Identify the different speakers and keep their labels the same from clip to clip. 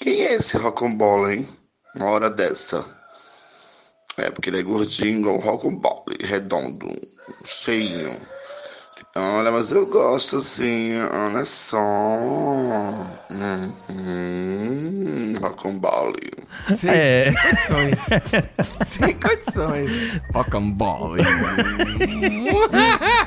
Speaker 1: Quem é esse rocambole, hein? Uma hora dessa. É, porque ele é gordinho, um rocambole, redondo, cheinho. Olha, mas eu gosto assim, olha só. Uhum, rocambole.
Speaker 2: Sem
Speaker 3: É.
Speaker 2: condições. Sem condições.
Speaker 4: Rocambole.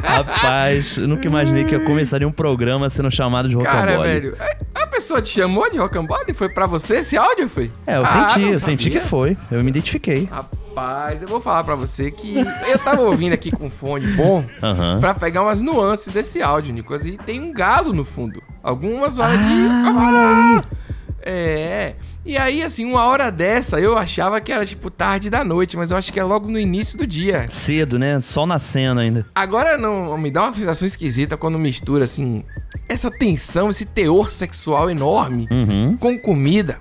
Speaker 3: Rapaz, eu nunca imaginei que eu começaria um programa sendo chamado de rocambole.
Speaker 2: Cara, velho, é, a, a pessoa te chamou de rocambole? Foi pra você esse áudio, foi?
Speaker 3: É, eu
Speaker 2: Ah,
Speaker 3: senti,
Speaker 2: não
Speaker 3: eu senti
Speaker 2: sabia. Ah.
Speaker 3: que foi. Eu me identifiquei.
Speaker 2: Rapaz, eu vou falar pra você que eu tava ouvindo aqui com fone bom
Speaker 3: Aham.
Speaker 2: pra pegar umas nuances desse áudio, Nicolas. E tem um galo no fundo. Algumas horas
Speaker 3: Ah,
Speaker 2: de. É. E aí, assim, uma hora dessa eu achava que era tipo tarde da noite, mas eu acho que é logo no início do dia.
Speaker 3: Cedo, né? Sol nascendo ainda.
Speaker 2: Agora não me dá uma sensação esquisita quando mistura assim essa tensão, esse teor sexual enorme
Speaker 3: Uhum. Hum.
Speaker 2: com comida.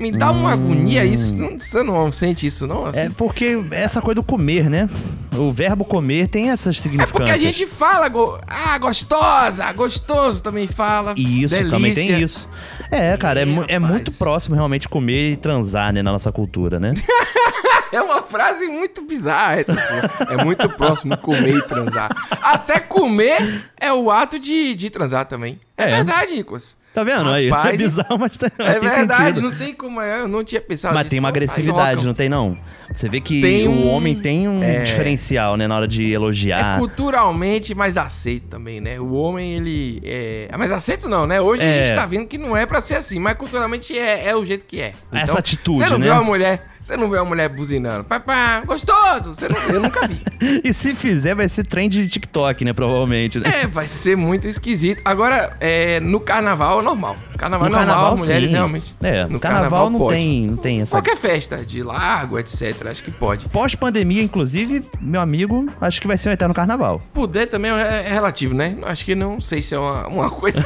Speaker 2: Me dá uma agonia isso. Não, você não sente isso não? Assim?
Speaker 3: É porque essa coisa do comer, né? O verbo comer tem essas
Speaker 2: É porque
Speaker 3: significâncias.
Speaker 2: a gente fala, go- ah, gostosa, gostoso também fala.
Speaker 3: E isso, também tem
Speaker 2: delícia.
Speaker 3: isso. É, cara, é, mu- é
Speaker 2: rapaz.
Speaker 3: muito próximo realmente comer e transar, né, na nossa cultura, né?
Speaker 2: É uma frase muito bizarra essa sua. É muito próximo comer e transar. Até comer é o ato de, de transar também. É,
Speaker 3: É.
Speaker 2: verdade, Nicolas.
Speaker 3: Tá vendo? Aí, é
Speaker 2: Rapaz,
Speaker 3: bizarro, mas tá-
Speaker 2: É
Speaker 3: tem
Speaker 2: verdade,
Speaker 3: sentido.
Speaker 2: não tem como. Eu não tinha pensado
Speaker 3: Mas
Speaker 2: nisso,
Speaker 3: tem uma
Speaker 2: então. Aí,
Speaker 3: agressividade,
Speaker 2: Rocam,
Speaker 3: não tem não? Você vê que
Speaker 2: Tem
Speaker 3: o
Speaker 2: um-
Speaker 3: homem tem um diferencial, né, na hora de
Speaker 2: É
Speaker 3: elogiar.
Speaker 2: culturalmente mais aceito também, né? O homem, ele. É... é Mais aceito não, né? Hoje
Speaker 3: É.
Speaker 2: a gente tá vendo que não é pra ser assim, mas culturalmente é, é o jeito que é.
Speaker 3: Essa atitude,
Speaker 2: Você não
Speaker 3: né?
Speaker 2: vê uma mulher. Você não vê uma mulher buzinando. Papá, gostoso! Você não, eu nunca vi.
Speaker 3: E se fizer, vai ser trend de TikTok, né, provavelmente, né?
Speaker 2: É, vai ser muito esquisito. Agora, é, no carnaval é normal. Carnaval é normal, mulheres
Speaker 3: sim.
Speaker 2: realmente.
Speaker 3: É, no carnaval, não
Speaker 2: pode.
Speaker 3: tem, não tem essa
Speaker 2: Qualquer festa, é de largo, etc., acho que pode.
Speaker 3: Pós-pandemia, inclusive, meu amigo, acho que vai ser um eterno carnaval.
Speaker 2: Poder também é, é relativo, né? Acho que não sei se é uma, uma coisa.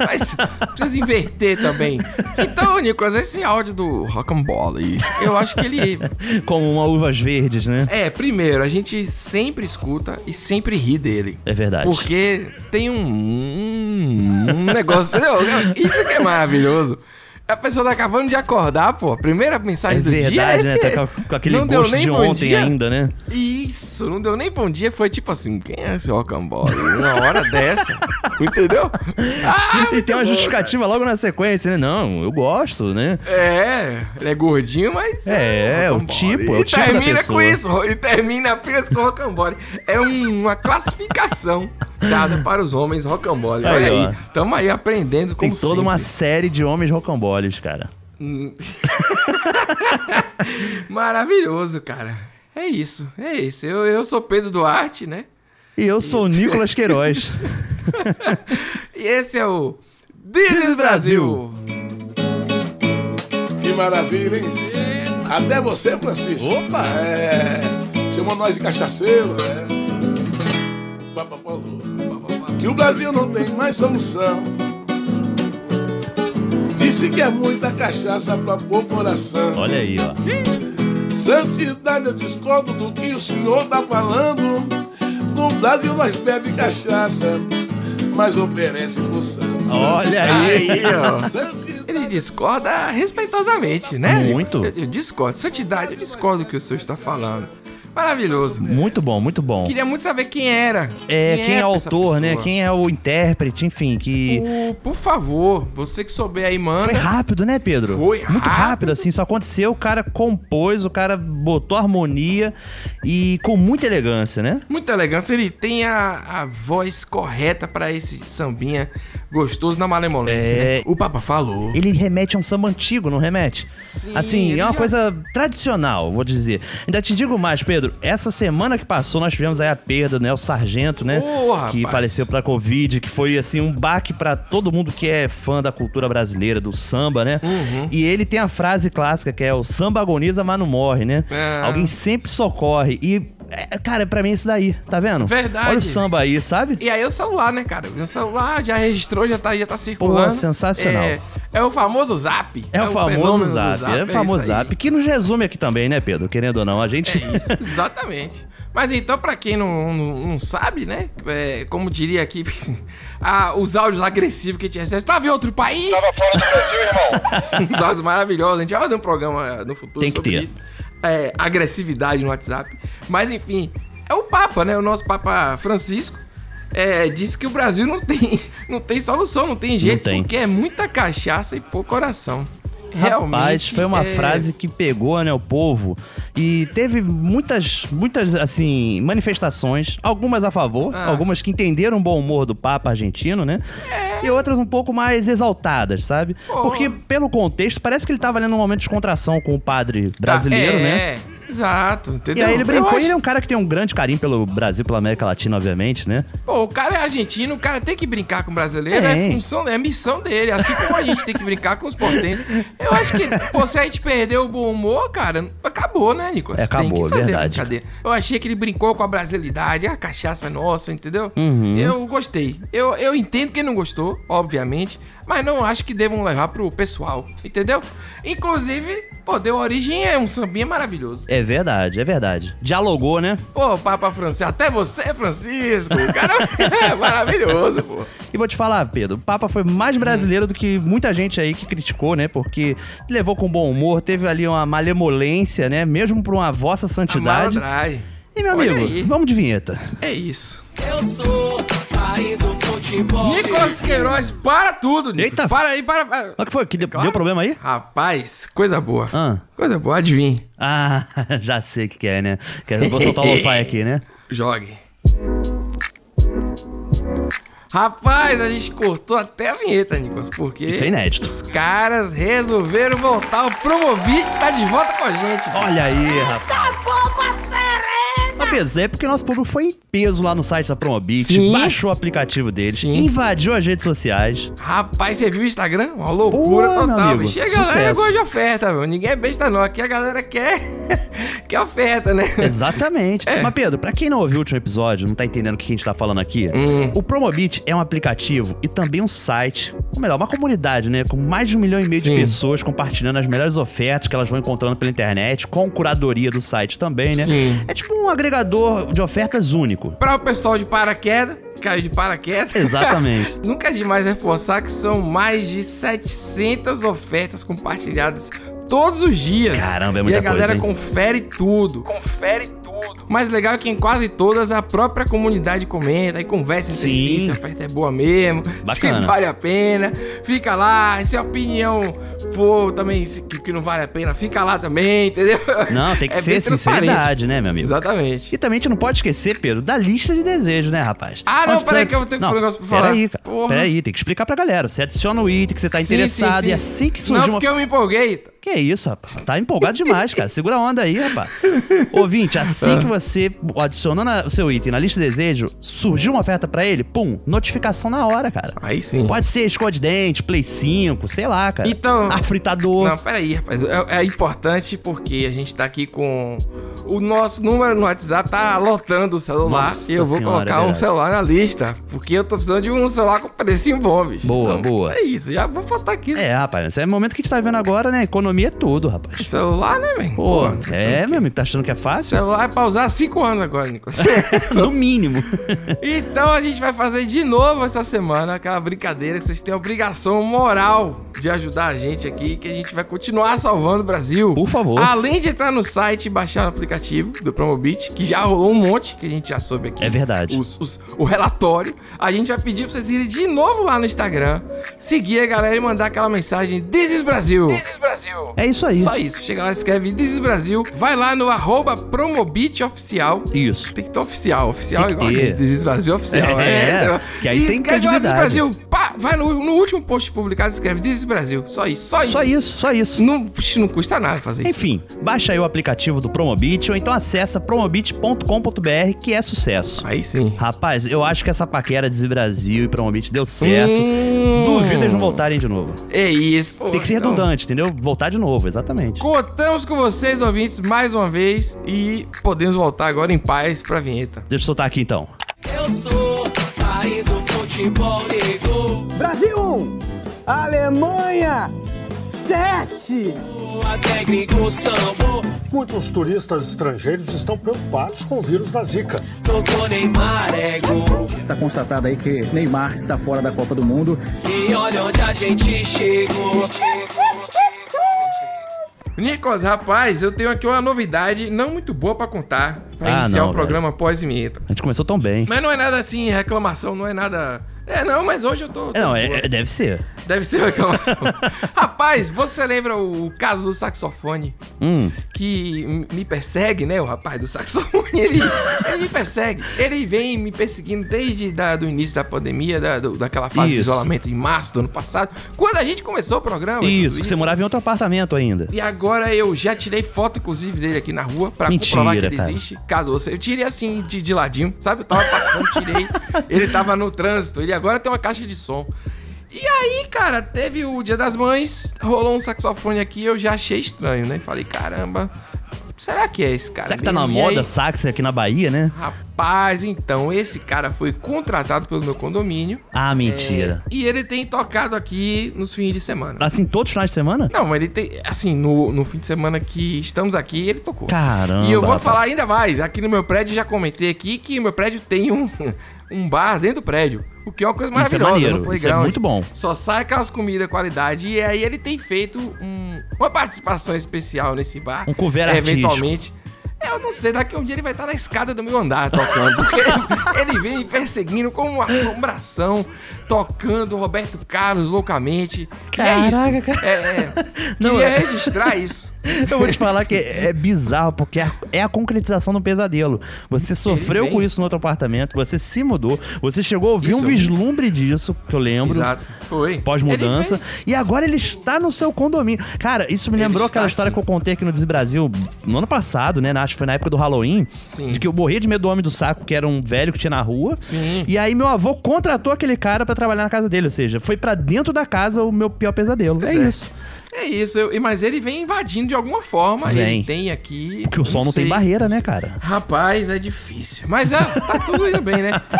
Speaker 2: mas precisa inverter também. Então, Nicolas, esse áudio do Rock'n'Ball, eu acho que ele.
Speaker 3: Como uma uvas verdes, né?
Speaker 2: É, primeiro, a gente sempre escuta e sempre ri dele.
Speaker 3: É verdade.
Speaker 2: Porque tem um, um negócio, entendeu? Isso que é maravilhoso. A pessoa tá acabando de acordar, pô. A primeira
Speaker 3: É
Speaker 2: mensagem do dia é
Speaker 3: verdade, né?
Speaker 2: esse-
Speaker 3: Tá com, com aquele
Speaker 2: Não deu
Speaker 3: gosto
Speaker 2: nem
Speaker 3: de
Speaker 2: bom
Speaker 3: ontem
Speaker 2: dia.
Speaker 3: ainda, né?
Speaker 2: Isso, não deu nem bom dia. Foi tipo assim, quem é esse rocambole? Uma hora dessa, entendeu? Ah,
Speaker 3: e tem uma
Speaker 2: muito bom,
Speaker 3: justificativa logo na sequência, né? Não, eu gosto, né?
Speaker 2: cara. É, ele é gordinho, mas...
Speaker 3: É, é o
Speaker 2: rocambole.
Speaker 3: tipo, é o
Speaker 2: e
Speaker 3: tipo da
Speaker 2: termina com
Speaker 3: pessoa.
Speaker 2: isso, e termina apenas com rocambole. É um- uma classificação dada para os homens rocambole. Olha
Speaker 3: Aí,
Speaker 2: aí,
Speaker 3: ó.
Speaker 2: tamo aí aprendendo
Speaker 3: Tem
Speaker 2: como
Speaker 3: toda uma
Speaker 2: sempre.
Speaker 3: série de homens rocamboles, cara.
Speaker 2: Maravilhoso, cara. É isso, é isso. Eu, eu sou Pedro Duarte, né?
Speaker 3: E eu sou o Nicolas Queiroz.
Speaker 2: E esse é o This, is Brasil.
Speaker 5: Que maravilha, hein? Até você, Francisco. Opa! É. Chamou nós de cachaceiro, é. Papapolô. Que o Brasil não tem mais solução. Disse que é muita cachaça pra pôr coração.
Speaker 3: Olha aí, ó.
Speaker 5: Santidade, eu discordo do que o senhor tá falando. No Brasil nós bebe cachaça, mas oferece pro santo.
Speaker 3: Olha aí.
Speaker 2: Aí, ó.
Speaker 5: Santidade.
Speaker 2: Ele discorda respeitosamente, né?
Speaker 3: Muito.
Speaker 2: Eu, eu discordo. Santidade, eu discordo do que o senhor está falando. Maravilhoso.
Speaker 3: Muito bom, muito bom.
Speaker 2: Queria muito saber quem era.
Speaker 3: É, quem é o
Speaker 2: essa
Speaker 3: autor, né?
Speaker 2: pessoa.
Speaker 3: Quem é o intérprete, enfim, que.
Speaker 2: O- por favor, você que souber aí,
Speaker 3: Foi
Speaker 2: manda.
Speaker 3: rápido, né, Pedro?
Speaker 2: Foi
Speaker 3: Muito rápido,
Speaker 2: rápido.
Speaker 3: assim. Só aconteceu, o cara compôs, o cara botou harmonia e com muita elegância, né?
Speaker 2: Muita elegância, ele tem a, a voz correta pra esse sambinha gostoso na malemolência,
Speaker 3: É.
Speaker 2: né? O Papa falou.
Speaker 3: Ele remete a um samba antigo, não remete?
Speaker 2: Sim,
Speaker 3: assim,
Speaker 2: ele
Speaker 3: é uma
Speaker 2: já-
Speaker 3: coisa tradicional, vou dizer. Ainda te digo mais, Pedro. Essa semana que passou, nós tivemos aí a perda, né? O sargento, né?
Speaker 2: Ô, rapaz.
Speaker 3: que faleceu pra Covid, que foi, assim, um baque pra todo mundo que é fã da cultura brasileira, do samba, né?
Speaker 2: Uhum.
Speaker 3: E ele tem a frase clássica que é o samba agoniza, mas não morre, né?
Speaker 2: É.
Speaker 3: Alguém sempre socorre. E, é, cara, pra mim é isso daí, tá vendo?
Speaker 2: Verdade.
Speaker 3: Olha o samba aí, sabe?
Speaker 2: E aí o celular, né, cara? O celular já registrou, já tá, já tá circulando.
Speaker 3: Pô, sensacional.
Speaker 2: É, é o famoso zap.
Speaker 3: É, o famoso
Speaker 2: fenômeno do
Speaker 3: zap, é o famoso
Speaker 2: isso aí.
Speaker 3: zap, que nos resume aqui também, né, Pedro? Querendo ou não, a gente
Speaker 2: É isso, exatamente. Mas então, pra quem não, não, não sabe, né? É, como diria aqui, a- os áudios agressivos que a gente recebe. Tava em outro país?
Speaker 4: Tava fora do Brasil, irmão.
Speaker 2: Uns áudios maravilhosos. A gente vai fazer um programa eh, no futuro
Speaker 3: Tem que
Speaker 2: sobre
Speaker 3: ter.
Speaker 2: isso. É, agressividade no WhatsApp. Mas enfim, é o Papa, né? O nosso Papa Francisco eh, disse que o Brasil não tem, não tem solução, não tem jeito,
Speaker 3: tem.
Speaker 2: porque é muita cachaça e pouco oração.
Speaker 3: Rapaz,
Speaker 2: Realmente.
Speaker 3: foi uma
Speaker 2: é,
Speaker 3: frase que pegou né, o povo e teve muitas, muitas assim, manifestações, algumas a favor,
Speaker 2: Ah.
Speaker 3: algumas que entenderam o bom humor do Papa argentino, né? E outras um pouco mais exaltadas, sabe?
Speaker 2: É. Pô.
Speaker 3: Porque pelo contexto, parece que ele tava lendo um momento de contração com o padre brasileiro,
Speaker 2: é,
Speaker 3: né?
Speaker 2: É, exato,
Speaker 3: E
Speaker 2: entendeu?
Speaker 3: aí ele
Speaker 2: Eu
Speaker 3: brincou, e
Speaker 2: acho-
Speaker 3: ele é um cara que tem um grande carinho pelo Brasil, pela América Latina, obviamente, né?
Speaker 2: Pô, o cara é argentino, o cara tem que brincar com o brasileiro, é,
Speaker 3: Tem.
Speaker 2: função, é missão dele, assim como a gente tem que brincar com os portenses. Eu acho que, pô, se a gente perdeu o bom humor, cara, acabou, né, Nicolas?
Speaker 3: É,
Speaker 2: tem
Speaker 3: acabou,
Speaker 2: que fazer
Speaker 3: verdade.
Speaker 2: a brincadeira. Eu achei que ele brincou com a brasilidade, a cachaça é nossa, entendeu?
Speaker 3: Uhum.
Speaker 2: Eu gostei. Eu, eu entendo quem não gostou, obviamente, mas não acho que devam levar pro pessoal, entendeu? Inclusive, pô, deu origem é um sambinha maravilhoso.
Speaker 3: É verdade, é verdade. Dialogou, né?
Speaker 2: Pô, Papa Francisco, até você, Francisco, o cara é maravilhoso, pô.
Speaker 3: E vou te falar, Pedro, o Papa foi mais brasileiro do que muita gente aí que criticou, né? Porque levou com bom humor, teve ali uma malemolência, né? Mesmo pra uma vossa
Speaker 2: A
Speaker 3: santidade.
Speaker 2: malandragem.
Speaker 3: E, meu
Speaker 2: Olha
Speaker 3: amigo,
Speaker 2: aí.
Speaker 3: vamos de vinheta.
Speaker 2: É isso.
Speaker 6: Eu sou país do futebol.
Speaker 2: Nicolas Queiroz, para tudo, Nicolas.
Speaker 3: Eita.
Speaker 2: Para aí, para. para.
Speaker 3: Olha o que foi, que deu,
Speaker 2: claro.
Speaker 3: deu problema aí?
Speaker 2: Rapaz, coisa boa.
Speaker 3: Ah.
Speaker 2: Coisa boa, adivinha.
Speaker 3: Ah, já sei o que que é, né? Que eu vou soltar o lo-fi aqui, né?
Speaker 2: Jogue. Rapaz, a gente cortou até a vinheta, Nicolas, porque
Speaker 3: Isso é inédito.
Speaker 2: os caras resolveram voltar. O Promovid tá de volta com a gente.
Speaker 3: Olha aí, rapaz. Mas Pedro, isso aí é porque nosso público foi em peso lá no site da Promobit,
Speaker 2: Sim.
Speaker 3: baixou o aplicativo deles,
Speaker 2: Sim.
Speaker 3: invadiu as redes sociais.
Speaker 2: Rapaz, você viu o Instagram? Uma loucura
Speaker 3: Pô, meu
Speaker 2: total,
Speaker 3: amigo,
Speaker 2: Tá, bicho. E a galera
Speaker 3: sucesso.
Speaker 2: gosta de oferta, meu. Ninguém é besta, não. Aqui a galera quer, quer oferta, né?
Speaker 3: Exatamente.
Speaker 2: É.
Speaker 3: Mas, Pedro, pra quem não ouviu o último episódio, não tá entendendo o que a gente tá falando aqui,
Speaker 2: Hum.
Speaker 3: o Promobit é um aplicativo e também um site, ou melhor, uma comunidade, né? Com mais de um milhão e meio
Speaker 2: Sim.
Speaker 3: de pessoas compartilhando as melhores ofertas que elas vão encontrando pela internet, com curadoria do site também, né?
Speaker 2: Sim.
Speaker 3: É tipo um agregador de ofertas único.
Speaker 2: Para o pessoal de paraquedas, caiu de paraquedas.
Speaker 3: Exatamente.
Speaker 2: Nunca é demais reforçar que são mais de 700 ofertas compartilhadas todos os dias.
Speaker 3: Caramba, é muita
Speaker 2: E a galera
Speaker 3: coisa, hein?
Speaker 2: confere tudo.
Speaker 4: Confere tudo.
Speaker 2: O mais legal é que em quase todas a própria comunidade comenta e conversa entre
Speaker 3: Sim.
Speaker 2: si se a oferta é boa mesmo,
Speaker 3: Bacana.
Speaker 2: se vale a pena. Fica lá, e se a opinião for também se- que, que não vale a pena, fica lá também, entendeu?
Speaker 3: Não, tem que
Speaker 2: É
Speaker 3: ser
Speaker 2: bem transparente.
Speaker 3: sinceridade, né, meu amigo?
Speaker 2: Exatamente.
Speaker 3: E também a gente não pode esquecer, Pedro, da lista de desejos, né, rapaz?
Speaker 2: Ah, não,
Speaker 3: Onde
Speaker 2: peraí
Speaker 3: tu-
Speaker 2: que eu tenho que
Speaker 3: Não,
Speaker 2: falar um negócio pra falar.
Speaker 3: Peraí, cara.
Speaker 2: Porra.
Speaker 3: Peraí, tem que explicar pra galera. Você adiciona o item que você tá interessado
Speaker 2: Sim, sim, sim.
Speaker 3: e assim que surgir
Speaker 2: Não,
Speaker 3: uma...
Speaker 2: porque eu me empolguei.
Speaker 3: Que isso, rapaz. Tá empolgado demais, cara. Segura a onda aí, rapaz. Ouvinte, assim
Speaker 2: Ah.
Speaker 3: que você adicionou na- o seu item na lista de desejo, surgiu uma oferta pra ele, pum, notificação na hora, cara.
Speaker 2: Aí sim.
Speaker 3: Pode ser escondente, Play 5, sei lá, cara. Ah,
Speaker 2: Então-
Speaker 3: Afritador.
Speaker 2: Não, peraí, rapaz. É, é importante porque a gente tá aqui com. O nosso número no WhatsApp tá lotando o celular.
Speaker 3: Nossa
Speaker 2: e eu vou
Speaker 3: senhora, é
Speaker 2: colocar um
Speaker 3: verdade.
Speaker 2: celular na lista. Porque eu tô precisando de um celular com precinho bom, bicho.
Speaker 3: Boa, boa.
Speaker 2: É isso, já vou botar aqui.
Speaker 3: É, rapaz, esse é o momento que a gente tá vendo agora, né? Economia é tudo, rapaz.
Speaker 2: Celular, né, velho?
Speaker 3: Pô,
Speaker 2: é.
Speaker 3: é, meu amigo, tá achando que é fácil?
Speaker 2: Celular é pra usar há 5 anos agora, Nicolas.
Speaker 3: no mínimo.
Speaker 2: então a gente vai fazer de novo essa semana aquela brincadeira que vocês têm a obrigação moral de ajudar a gente aqui, que a gente vai continuar salvando o Brasil.
Speaker 3: Por favor.
Speaker 2: Além de entrar no site e baixar o aplicativo do Promobit, que já rolou um monte, que a gente já soube aqui.
Speaker 3: É verdade.
Speaker 2: Os- os- o relatório. A gente vai pedir pra vocês irem de novo lá no Instagram, seguir a galera e mandar aquela mensagem: This is Brasil.
Speaker 4: This is Brasil.
Speaker 3: É isso aí.
Speaker 2: Só isso. Chega lá, escreve This is Brasil. Vai lá no arroba Promobit Oficial.
Speaker 3: Isso.
Speaker 2: Tem que ter oficial, oficial
Speaker 3: Tem que
Speaker 2: igual
Speaker 3: ter.
Speaker 2: aquele This is Brasil oficial. né?
Speaker 3: É, que aí
Speaker 2: E
Speaker 3: tem
Speaker 2: escreve lá This is
Speaker 3: credibilidade.
Speaker 2: Brasil. Pá, vai no, no último post publicado, escreve This is Brasil. Só isso, só isso.
Speaker 3: Só isso, só isso.
Speaker 2: Não, vixe, não custa nada fazer isso.
Speaker 3: Enfim, baixa aí o aplicativo do Promobit ou então acessa promobit.com.br que é sucesso.
Speaker 2: Aí sim.
Speaker 3: Rapaz, eu acho que essa paquera de Brasil e Promobit deu certo.
Speaker 2: Hum.
Speaker 3: Duvido eles não voltarem de novo.
Speaker 2: É isso, pô.
Speaker 3: Tem que ser
Speaker 2: então.
Speaker 3: redundante, entendeu? Voltar de novo, exatamente.
Speaker 2: Contamos com vocês, ouvintes, mais uma vez. E podemos voltar agora em paz pra vinheta.
Speaker 3: Deixa eu soltar aqui então.
Speaker 6: Eu sou país do futebol, negou.
Speaker 7: Brasil 1, Alemanha sete.
Speaker 6: até gringo sambo.
Speaker 8: Muitos turistas estrangeiros estão preocupados com o vírus da Zika.
Speaker 6: Tocou Neymar, é gol.
Speaker 9: Está constatado aí que Neymar está fora da Copa do Mundo.
Speaker 6: E olha onde a gente chegou.
Speaker 2: Nicolas, rapaz, eu tenho aqui uma novidade não muito boa pra contar. Pra
Speaker 3: Ah,
Speaker 2: iniciar
Speaker 3: não,
Speaker 2: o programa pós-vinheta.
Speaker 3: A gente começou tão bem.
Speaker 2: Mas não é nada assim, reclamação, não é nada. É, não, mas hoje eu tô. tô
Speaker 3: Não,
Speaker 2: boa.
Speaker 3: é, é- deve ser.
Speaker 2: Deve ser uma reclamação. rapaz, você lembra o caso do saxofone?
Speaker 3: Hum.
Speaker 2: Que m- me persegue, né? O rapaz do saxofone, ele, ele me persegue. Ele vem me perseguindo desde o início da pandemia, da, do- daquela fase de
Speaker 3: Isso.
Speaker 2: isolamento em março do ano passado, quando a gente começou o programa. e
Speaker 3: Isso,
Speaker 2: tudo
Speaker 3: que você morava em outro apartamento ainda.
Speaker 2: e agora eu já tirei foto, inclusive, dele aqui na rua pra
Speaker 3: Mentira,
Speaker 2: comprovar que ele
Speaker 3: cara.
Speaker 2: existe. Caso você. Eu tirei assim, de, de ladinho, sabe? Eu tava passando, tirei. ele tava no trânsito. Ele agora tem uma caixa de som. E aí, cara, teve o Dia das Mães, rolou um saxofone aqui eu já achei estranho, né? Falei, caramba, será que é esse cara?
Speaker 3: Será que tá na
Speaker 2: mesmo? E
Speaker 3: moda
Speaker 2: aí-
Speaker 3: sax aqui na Bahia, né?
Speaker 2: Rapaz, então, esse cara foi contratado pelo meu condomínio
Speaker 3: Ah, mentira.
Speaker 2: e ele tem tocado aqui nos fins de semana.
Speaker 3: Assim, todos os finais de semana?
Speaker 2: Não, mas ele tem. Assim, no, no fim de semana que estamos aqui, ele tocou.
Speaker 3: Caramba,
Speaker 2: E eu vou
Speaker 3: rapaz.
Speaker 2: falar ainda mais. Aqui no meu prédio, já comentei aqui que meu prédio tem um, um bar dentro do prédio. O que é uma coisa
Speaker 3: Isso é
Speaker 2: maravilhosa no
Speaker 3: maneiro, isso é
Speaker 2: playground.
Speaker 3: muito bom.
Speaker 2: Só sai aquelas comidas qualidade. E aí ele tem feito um- uma participação especial nesse bar.
Speaker 3: Um cover artístico.
Speaker 2: Eventualmente. Eu não sei, daqui a um dia ele vai estar na escada do meu andar tocando. Porque ele, ele vem me perseguindo como uma assombração, tocando Roberto Carlos loucamente. E é
Speaker 3: Caraca,
Speaker 2: isso.
Speaker 3: cara.
Speaker 2: É, é.
Speaker 3: Não,
Speaker 2: Queria
Speaker 3: é-
Speaker 2: registrar isso.
Speaker 3: Eu vou te falar que é bizarro, porque é a- é a concretização do pesadelo. Você sofreu
Speaker 2: vem.
Speaker 3: com isso no outro apartamento, você se mudou, você chegou a ouvir um
Speaker 2: Isso.
Speaker 3: vislumbre disso, que eu lembro.
Speaker 2: Exato. Foi.
Speaker 3: Pós-mudança.
Speaker 2: Ele
Speaker 3: E agora ele está no seu condomínio. Cara, isso me
Speaker 2: Ele
Speaker 3: lembrou
Speaker 2: está
Speaker 3: aquela história
Speaker 2: aqui.
Speaker 3: que eu contei aqui no Desbrasil no ano passado, né? Acho que foi na época do Halloween.
Speaker 2: Sim.
Speaker 3: De que eu morria de medo do homem do saco, que era um velho que tinha na rua.
Speaker 2: Sim.
Speaker 3: E aí meu avô contratou aquele cara pra trabalhar na casa dele. Ou seja, foi pra dentro da casa o meu pior pesadelo. É,
Speaker 2: Certo.
Speaker 3: isso.
Speaker 2: fez- É isso. eu- e- mas ele vem invadindo de alguma forma. Ele
Speaker 3: Vem.
Speaker 2: tem aqui.
Speaker 3: Porque o sol não tem
Speaker 2: sei.
Speaker 3: barreira, né, cara?
Speaker 2: Rapaz, é difícil. Mas ah, tá tudo indo bem, né?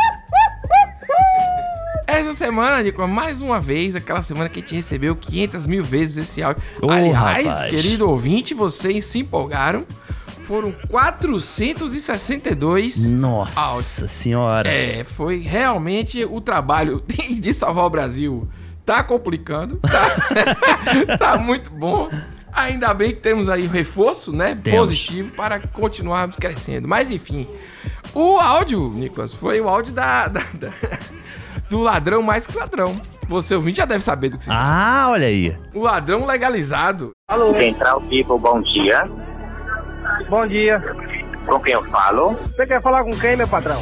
Speaker 2: Essa semana, Nico, mais uma vez, aquela semana que a gente recebeu 500 mil vezes esse áudio.
Speaker 3: Ô,
Speaker 2: Aliás,
Speaker 3: rapaz.
Speaker 2: querido ouvinte, vocês se empolgaram. Foram 462
Speaker 3: Nossa
Speaker 2: áudios.
Speaker 3: senhora.
Speaker 2: É, foi realmente o trabalho de salvar o Brasil. Tá complicando, tá, tá muito bom. Ainda bem que temos aí um reforço, né?
Speaker 3: Temos.
Speaker 2: Positivo para continuarmos crescendo. Mas enfim, o áudio, Nicolas, foi o áudio da, da- da- do ladrão mais que ladrão. Você ouvinte já deve saber do que se trata.
Speaker 3: Ah, olha aí.
Speaker 2: O ladrão legalizado.
Speaker 10: Central Vivo, bom dia.
Speaker 9: Bom dia.
Speaker 10: Com quem eu falo?
Speaker 9: É. Você quer falar com quem, meu patrão?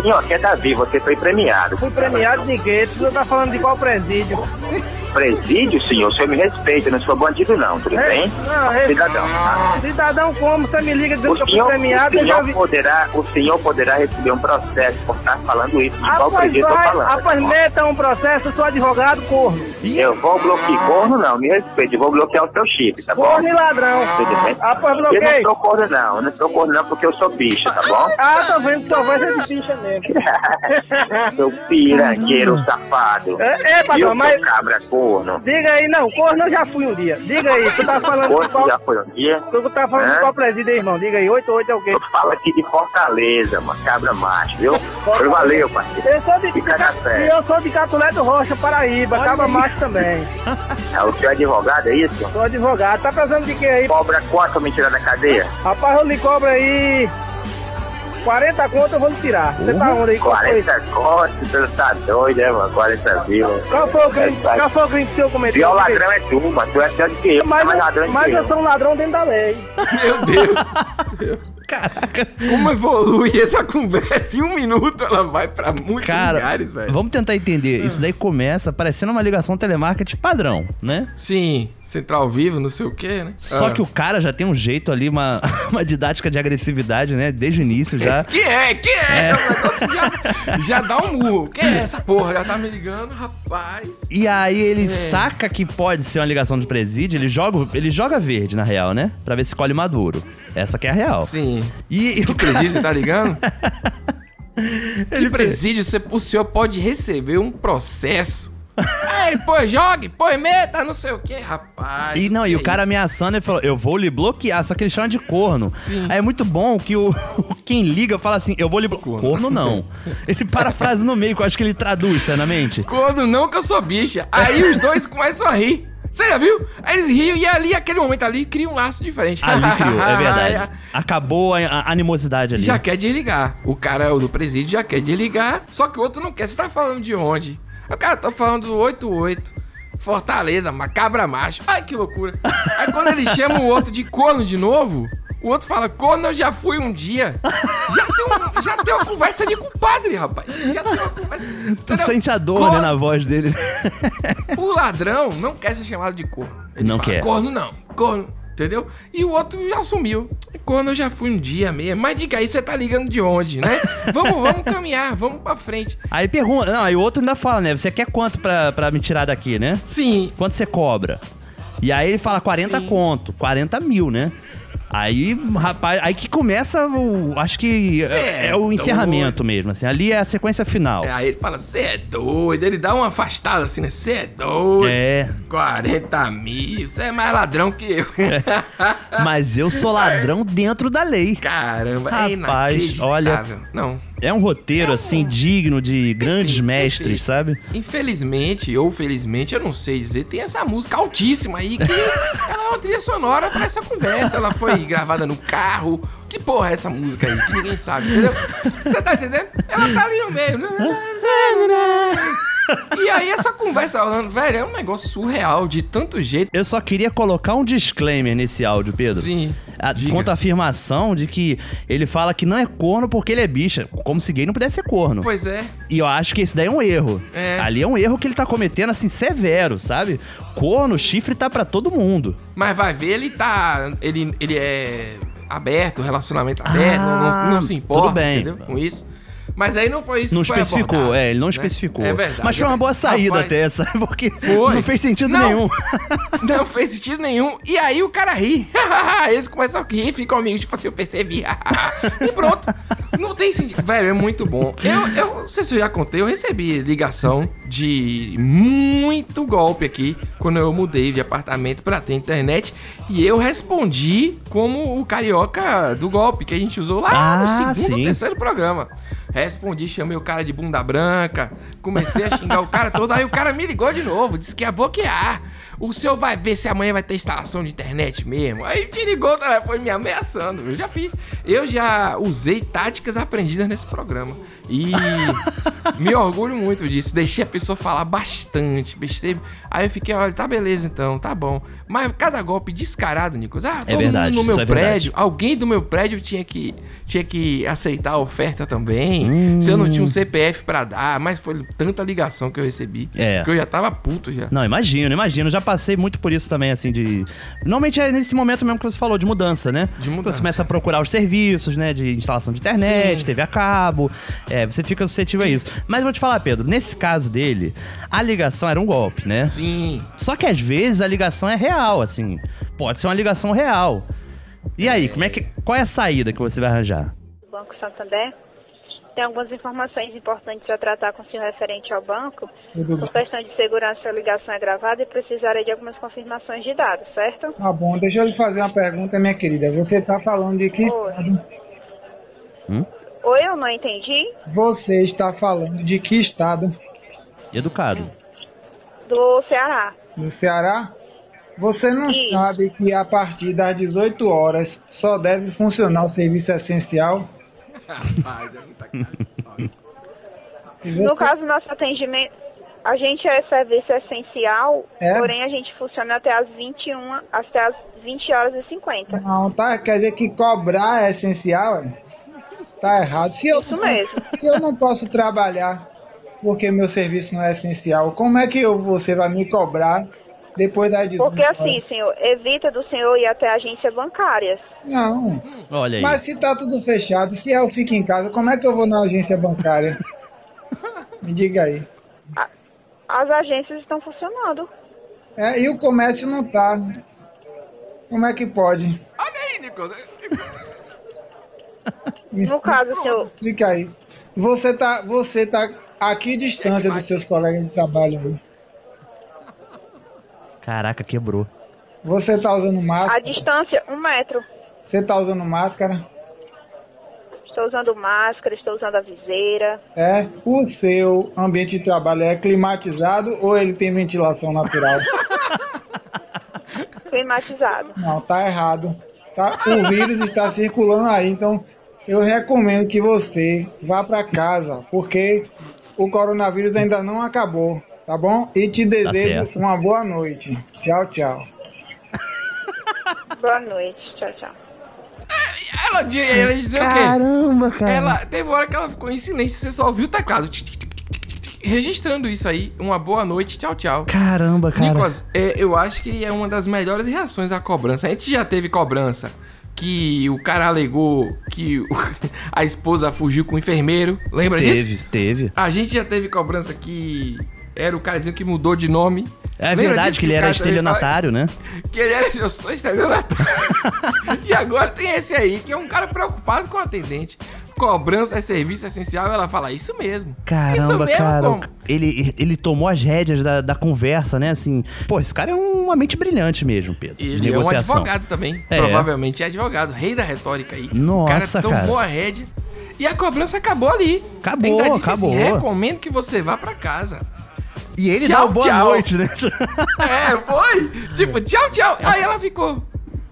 Speaker 10: Senhor, aqui é Davi, você foi premiado.
Speaker 9: Fui premiado de quê? Você tá falando de qual presídio?
Speaker 10: Presídio, senhor, o senhor me respeita, não sou bandido não, tudo bem?
Speaker 9: Não, é-
Speaker 10: Cidadão.
Speaker 9: Cidadão como? Você me liga
Speaker 10: O
Speaker 9: dizendo que eu fui
Speaker 10: senhor,
Speaker 9: premiado
Speaker 10: o,
Speaker 9: eu já
Speaker 10: senhor
Speaker 9: vi...
Speaker 10: poderá, o senhor poderá receber um processo por estar falando isso, de qual
Speaker 9: Rapaz,
Speaker 10: presídio eu tô
Speaker 9: vai,
Speaker 10: tá falando.
Speaker 9: rapaz, meta um processo, eu sou advogado, corno.
Speaker 10: Eu vou bloquear, corno não, me respeite, eu vou bloquear o seu chip, tá bom?
Speaker 9: Corno e ladrão.
Speaker 10: Tudo bem?
Speaker 9: Rapaz,
Speaker 10: Eu não
Speaker 9: bloqueio.
Speaker 10: sou corno não, eu não sou corno não porque eu sou bicha, tá bom?
Speaker 9: Ah, tô vendo que sua voz é de bicha mesmo.
Speaker 10: Seu pirangueiro safado.
Speaker 9: É, é,
Speaker 10: E eu
Speaker 9: patrão,
Speaker 10: sou
Speaker 9: mas...
Speaker 10: cabra corno.
Speaker 9: Diga aí, não, corno eu já fui um dia. Diga aí, tu tá falando de
Speaker 10: Corno
Speaker 9: qual...
Speaker 10: já foi um dia?
Speaker 9: Tu tá falando de
Speaker 10: Hã?
Speaker 9: qual presídio, aí, irmão? Diga aí, 88 é o quê?
Speaker 10: Eu falo aqui de Fortaleza, mano. Cabra macho, viu? Eu valeu, parceiro.
Speaker 9: Eu sou de,
Speaker 10: Fica na fé.
Speaker 9: e eu sou de Catulé do Rocha, Paraíba, Caba Macho também.
Speaker 10: Ah, o senhor é advogado, é isso?
Speaker 9: Sou advogado. Tá precisando de quê aí?
Speaker 10: Cobra quatro me tirar da cadeia?
Speaker 9: Rapaz, eu lhe cobro aí 40 conto, eu vou lhe tirar. Você tá
Speaker 10: Uhum.
Speaker 9: onde aí? Qual foi?
Speaker 10: 40 cortes, você tá doido, né, mano? 40 mil.
Speaker 9: Qual foi o crime,
Speaker 10: É, tá.
Speaker 9: qual foi o crime que o senhor cometeu?
Speaker 10: Pior ladrão é tu, mano. Tu é pior do que eu.
Speaker 9: Mas,
Speaker 10: Mas, mais ladrão
Speaker 9: eu,
Speaker 10: do
Speaker 9: mas
Speaker 10: que
Speaker 9: eu
Speaker 10: eu.
Speaker 9: sou um ladrão dentro da lei.
Speaker 2: Meu Deus,
Speaker 3: Caraca.
Speaker 2: como evolui essa conversa? Em um minuto ela vai pra muitos
Speaker 3: Cara,
Speaker 2: lugares, velho. Ah.
Speaker 3: vamos tentar entender. Isso daí começa parecendo uma ligação telemarketing padrão, né?
Speaker 2: Sim, Central Vivo, não sei o quê, né?
Speaker 3: Só
Speaker 2: Ah.
Speaker 3: que o cara já tem um jeito ali, uma, uma didática de agressividade, né? Desde o início já.
Speaker 2: Que é, que é? O negócio Já, já dá um murro. Que é essa porra? Já tá me ligando, rapaz.
Speaker 3: E aí ele
Speaker 2: É.
Speaker 3: saca que pode ser uma ligação de presídio, ele joga, o- ele joga verde, na real, né? Pra ver se colhe maduro. Essa que é a real.
Speaker 2: Sim.
Speaker 3: E, e o cara-
Speaker 2: Que presídio você tá ligando? Que presídio você, o senhor pode receber um processo Aí ele, pô, jogue, pô, meta, não sei o que, rapaz.
Speaker 3: E não, e
Speaker 2: que é
Speaker 3: o cara
Speaker 2: isso?
Speaker 3: ameaçando, ele falou, eu vou lhe bloquear, só que ele chama de corno.
Speaker 2: Sim.
Speaker 3: Aí é muito bom que o quem liga fala assim, eu vou lhe bloquear.
Speaker 2: Corno.
Speaker 3: Corno não. ele parafrasa no meio, que eu acho que ele traduz, sanamente.
Speaker 2: Quando não que eu sou bicha. Aí os dois começam a rir. Você já viu? Aí eles riam e ali, aquele momento ali, cria um laço diferente.
Speaker 3: Ali criou, é verdade. Acabou a, a animosidade ali.
Speaker 2: Já quer desligar. O cara é o do presídio já quer desligar, só que o outro não quer. Você tá falando de onde? O cara tá falando do 88. Fortaleza, macabra macho. Ai, que loucura. Aí quando ele chama o outro de corno de novo, o outro fala, corno eu já fui um dia. Já tem, um- já tem uma conversa de compadre, rapaz. Já tem uma conversa...
Speaker 3: Tu
Speaker 2: entendeu?
Speaker 3: sente a dor,
Speaker 2: Corno-
Speaker 3: né, na voz dele.
Speaker 2: o ladrão não quer ser chamado de corno.
Speaker 3: Não quer.
Speaker 2: Corno não. Corno. Entendeu? E o outro já assumiu. Corno eu já fui um dia mesmo. Mas diga aí, você tá ligando de onde, né? vamos, vamos caminhar, vamos pra frente.
Speaker 3: Aí pergunta, não, aí o outro ainda fala, né, você quer quanto pra, pra me tirar daqui, né?
Speaker 2: Sim.
Speaker 3: Quanto você cobra? E aí ele fala 40
Speaker 2: Sim.
Speaker 3: conto, 40 mil, né? Aí, rapaz, aí que começa o. Acho que é, é o
Speaker 2: Certo.
Speaker 3: encerramento mesmo, assim. Ali é a sequência final.
Speaker 2: Aí ele fala, você é doido. Ele dá uma afastada assim, né? Você é doido.
Speaker 3: É.
Speaker 2: 40 mil. Você é mais ladrão que eu.
Speaker 3: É. Mas eu sou ladrão dentro da lei.
Speaker 2: Caramba, é
Speaker 3: Rapaz,
Speaker 2: inacreditável.
Speaker 3: olha-
Speaker 2: Não.
Speaker 3: É um roteiro, assim, digno de grandes
Speaker 2: Perfeito,
Speaker 3: mestres,
Speaker 2: perfeito.
Speaker 3: sabe?
Speaker 2: Infelizmente, ou felizmente, eu não sei dizer, tem essa música altíssima aí que ela é uma trilha sonora pra essa conversa. Ela foi gravada no carro. Que porra é essa música aí? Que ninguém sabe, entendeu? Você tá entendendo? Ela tá ali no meio. E aí essa conversa, falando, velho, é um negócio surreal de tanto jeito.
Speaker 3: Eu só queria colocar um disclaimer nesse áudio, Pedro.
Speaker 2: Sim,
Speaker 3: A,
Speaker 2: diga.
Speaker 3: quanto à afirmação de que ele fala que não é corno porque ele é bicha. Como se gay não pudesse ser corno.
Speaker 2: Pois é.
Speaker 3: E eu acho que esse daí é um erro.
Speaker 2: É.
Speaker 3: Ali é um erro que ele tá cometendo, assim, severo, sabe? Corno, chifre tá pra todo mundo.
Speaker 2: Mas vai ver, ele tá. Ele, ele é aberto, relacionamento é aberto, não, não- não se
Speaker 3: Ah, tudo
Speaker 2: importa
Speaker 3: bem.
Speaker 2: entendeu? com isso. Mas aí não foi isso
Speaker 3: Não
Speaker 2: que foi
Speaker 3: especificou,
Speaker 2: abordado,
Speaker 3: é, ele não
Speaker 2: né?
Speaker 3: especificou.
Speaker 2: É verdade.
Speaker 3: Mas foi
Speaker 2: é
Speaker 3: uma boa
Speaker 2: verdade.
Speaker 3: saída
Speaker 2: Rapaz,
Speaker 3: até, sabe? Porque
Speaker 2: Foi.
Speaker 3: não fez sentido
Speaker 2: Não.
Speaker 3: nenhum.
Speaker 2: Não fez sentido nenhum. E aí o cara ri. Eles começam a rir, ficam amigos, tipo assim, eu percebi. e pronto. Não tem sentido. Velho, é muito bom. Eu, eu não sei se eu já contei, eu recebi ligação de muito golpe aqui quando eu mudei de apartamento pra ter internet. E eu respondi como o carioca do golpe que a gente usou lá no
Speaker 3: Ah,
Speaker 2: segundo ou
Speaker 3: sim.
Speaker 2: terceiro programa. Respondi, chamei o cara de bunda branca, comecei a xingar o cara todo, aí o cara me ligou de novo, disse que ia bloquear. O senhor vai ver se amanhã vai ter instalação de internet mesmo. Aí ele te ligou o telefone me ameaçando. Eu já fiz. Eu já usei táticas aprendidas nesse programa. E me orgulho muito disso. Deixei a pessoa falar bastante. Bestei. Aí eu fiquei, olha, tá beleza então, tá bom. Mas cada golpe descarado, Nicolas. Ah, todo
Speaker 3: verdade,
Speaker 2: mundo no
Speaker 3: isso
Speaker 2: meu
Speaker 3: é verdade.
Speaker 2: prédio. Alguém do meu prédio tinha que, tinha que aceitar a oferta também. Se eu não
Speaker 3: Hum.
Speaker 2: tinha um CPF pra dar, mas foi tanta ligação que eu recebi
Speaker 3: É.
Speaker 2: que eu já tava puto já.
Speaker 3: Não, imagino, imagino. Já passei muito por isso também, assim, de. Normalmente é nesse momento mesmo que você falou, de mudança, né?
Speaker 2: De mudança.
Speaker 3: Que Você começa a procurar os serviços, né? De instalação de internet,
Speaker 2: Sim.
Speaker 3: TV a cabo. É, você fica suscetível a isso. Mas vou te falar, Pedro, nesse caso dele, a ligação era um golpe, né?
Speaker 2: Sim.
Speaker 3: Só que às vezes a ligação é real, assim. Pode ser uma ligação real. E aí, como é que. Qual é a saída que você vai arranjar?
Speaker 7: Banco Santander. Tem algumas informações importantes a tratar com o senhor referente ao banco. Por questão de segurança, a ligação é gravada e precisarei de algumas confirmações de dados, certo?
Speaker 9: Tá bom, deixa eu lhe fazer uma pergunta, minha querida. Você tá falando de que
Speaker 7: Oi. Oi, eu não entendi.
Speaker 9: Você está falando de que estado?
Speaker 3: Educado.
Speaker 7: Do Ceará.
Speaker 9: No Ceará? Você não
Speaker 7: Isso.
Speaker 9: sabe que a partir das 18 horas só deve funcionar o serviço essencial? Uhum.
Speaker 7: No caso, nosso atendimento. A gente é serviço essencial,
Speaker 9: É?
Speaker 7: porém a gente funciona até as 21, até as 20 horas e 50.
Speaker 9: Não, tá? Quer dizer que cobrar é essencial? é? Tá errado. Se eu,
Speaker 7: Isso mesmo.
Speaker 9: Se eu não posso trabalhar porque meu serviço não é essencial, como é que eu, você vai me cobrar depois das 18
Speaker 7: Porque
Speaker 9: horas?
Speaker 7: assim, senhor, evita do senhor ir até agências bancárias.
Speaker 9: Não.
Speaker 3: Olha aí.
Speaker 9: Mas se tá tudo fechado, se eu fico em casa, como é que eu vou na agência bancária? Me diga aí.
Speaker 7: As agências estão funcionando.
Speaker 9: É, e o comércio não tá. Como é que pode?
Speaker 2: Olha aí, Nicolas.
Speaker 9: Me
Speaker 7: No caso, senhor,
Speaker 9: explica aí. Você tá, você tá aqui distante dos seus colegas de trabalho. aí.
Speaker 3: Caraca, quebrou.
Speaker 9: Você tá usando
Speaker 7: A
Speaker 9: máscara?
Speaker 7: distância, um metro.
Speaker 9: Você tá usando máscara?
Speaker 7: Estou usando máscara, estou usando a viseira.
Speaker 9: É? O seu ambiente de trabalho é climatizado ou ele tem ventilação natural?
Speaker 7: Climatizado.
Speaker 9: Não, tá errado. Tá? O vírus está circulando aí, então eu recomendo que você vá para casa, porque o coronavírus ainda não acabou, tá bom? E te desejo
Speaker 3: certo.
Speaker 9: uma boa noite. Tchau, tchau.
Speaker 7: Boa noite. Tchau, tchau.
Speaker 2: Ela, di- ela dizia o quê?
Speaker 3: Caramba, cara.
Speaker 2: Ela, teve hora que ela ficou em silêncio, você só ouviu o teclado. Tic, tic, tic, tic, tic, tic. Registrando isso aí. Uma boa noite, tchau, tchau.
Speaker 3: Caramba, cara.
Speaker 2: Nicolas, é, eu acho que é uma das melhores reações à cobrança. A gente já teve cobrança que o cara alegou que o- a esposa fugiu com o enfermeiro. Lembra disso?
Speaker 3: teve, teve.
Speaker 2: A gente já teve cobrança que era o cara dizendo que mudou de nome.
Speaker 3: É
Speaker 2: Lembra
Speaker 3: verdade
Speaker 2: disso
Speaker 3: que ele
Speaker 2: o
Speaker 3: era
Speaker 2: cara também fala-
Speaker 3: estelionatário, né?
Speaker 2: Que ele era, eu sou estelionatário. e agora tem esse aí, que é um cara preocupado com o atendente. Cobrança é serviço essencial, ela fala, "É isso mesmo. isso
Speaker 3: Caramba,
Speaker 2: mesmo,
Speaker 3: cara.
Speaker 2: como?
Speaker 3: Ele, ele tomou as rédeas da, da conversa, né? Assim, pô, esse cara é uma mente brilhante mesmo, Pedro.
Speaker 2: E
Speaker 3: de
Speaker 2: ele é um
Speaker 3: negociação.
Speaker 2: advogado também.
Speaker 3: É.
Speaker 2: Provavelmente é advogado, rei da retórica aí.
Speaker 3: Nossa,
Speaker 2: o cara tomou
Speaker 3: cara.
Speaker 2: a rédea e a cobrança acabou ali.
Speaker 3: Acabou,
Speaker 2: Ainda disse assim,
Speaker 3: acabou.
Speaker 2: recomendo que você vá pra casa.
Speaker 3: e ele
Speaker 2: Tchau,
Speaker 3: dá uma boa
Speaker 2: tchau.
Speaker 3: noite, né?
Speaker 2: É, foi. Tipo, tchau, tchau. Aí ela ficou.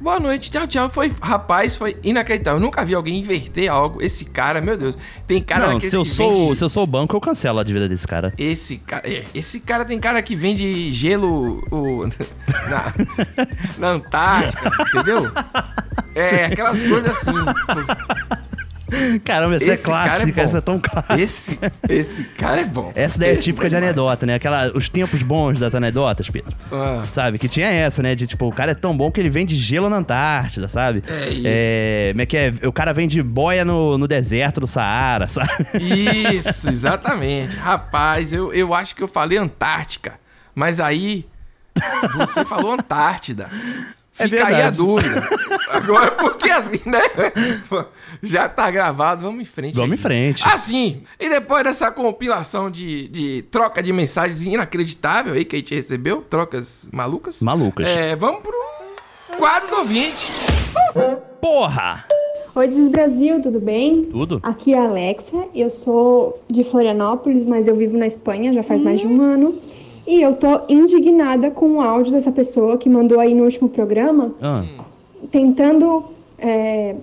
Speaker 2: Boa noite, tchau, tchau. Foi, rapaz, foi inacreditável. Eu nunca vi alguém inverter algo. Esse cara, meu Deus, tem cara
Speaker 3: Não,
Speaker 2: daqueles
Speaker 3: se eu,
Speaker 2: que
Speaker 3: sou,
Speaker 2: vende-
Speaker 3: se eu sou o banco, eu cancelo a dívida desse cara.
Speaker 2: Esse cara, é, esse cara tem cara que vende gelo o- na, na Antártica, entendeu? É, aquelas coisas assim.
Speaker 3: Caramba, essa
Speaker 2: Esse
Speaker 3: é
Speaker 2: cara é
Speaker 3: clássica,
Speaker 2: bom.
Speaker 3: essa é tão clássica.
Speaker 2: Esse, esse cara é bom.
Speaker 3: Essa daí é
Speaker 2: Esse
Speaker 3: típica de
Speaker 2: demais.
Speaker 3: anedota, né? Aquela, os tempos bons das anedotas, Pedro.
Speaker 2: Ah.
Speaker 3: Sabe? Que tinha essa, né? De tipo, o cara é tão bom que ele vende gelo na Antártida, sabe?
Speaker 2: É isso.
Speaker 3: É, como é que é? O cara vende boia no, no deserto do Saara, sabe?
Speaker 2: Isso, exatamente. Rapaz, eu, eu acho que eu falei Antártica, mas aí você falou Antártida.
Speaker 3: É
Speaker 2: Fica aí a
Speaker 3: verdade.
Speaker 2: dúvida. Agora, porque assim, né? Já tá gravado, vamos em frente.
Speaker 3: Vamos
Speaker 2: aí.
Speaker 3: em frente.
Speaker 2: Assim, e depois dessa compilação de, de troca de mensagens inacreditável aí que a gente recebeu, trocas malucas.
Speaker 3: Malucas.
Speaker 2: É, vamos pro quadro do ouvinte.
Speaker 3: Porra!
Speaker 11: Oi, Diz Brasil, tudo bem?
Speaker 3: Tudo?
Speaker 11: Aqui é a Alexa, eu sou de Florianópolis, mas eu vivo na Espanha já faz mais de um ano. E eu tô indignada com o áudio dessa pessoa que mandou aí no último programa,
Speaker 3: Ah,
Speaker 11: tentando é,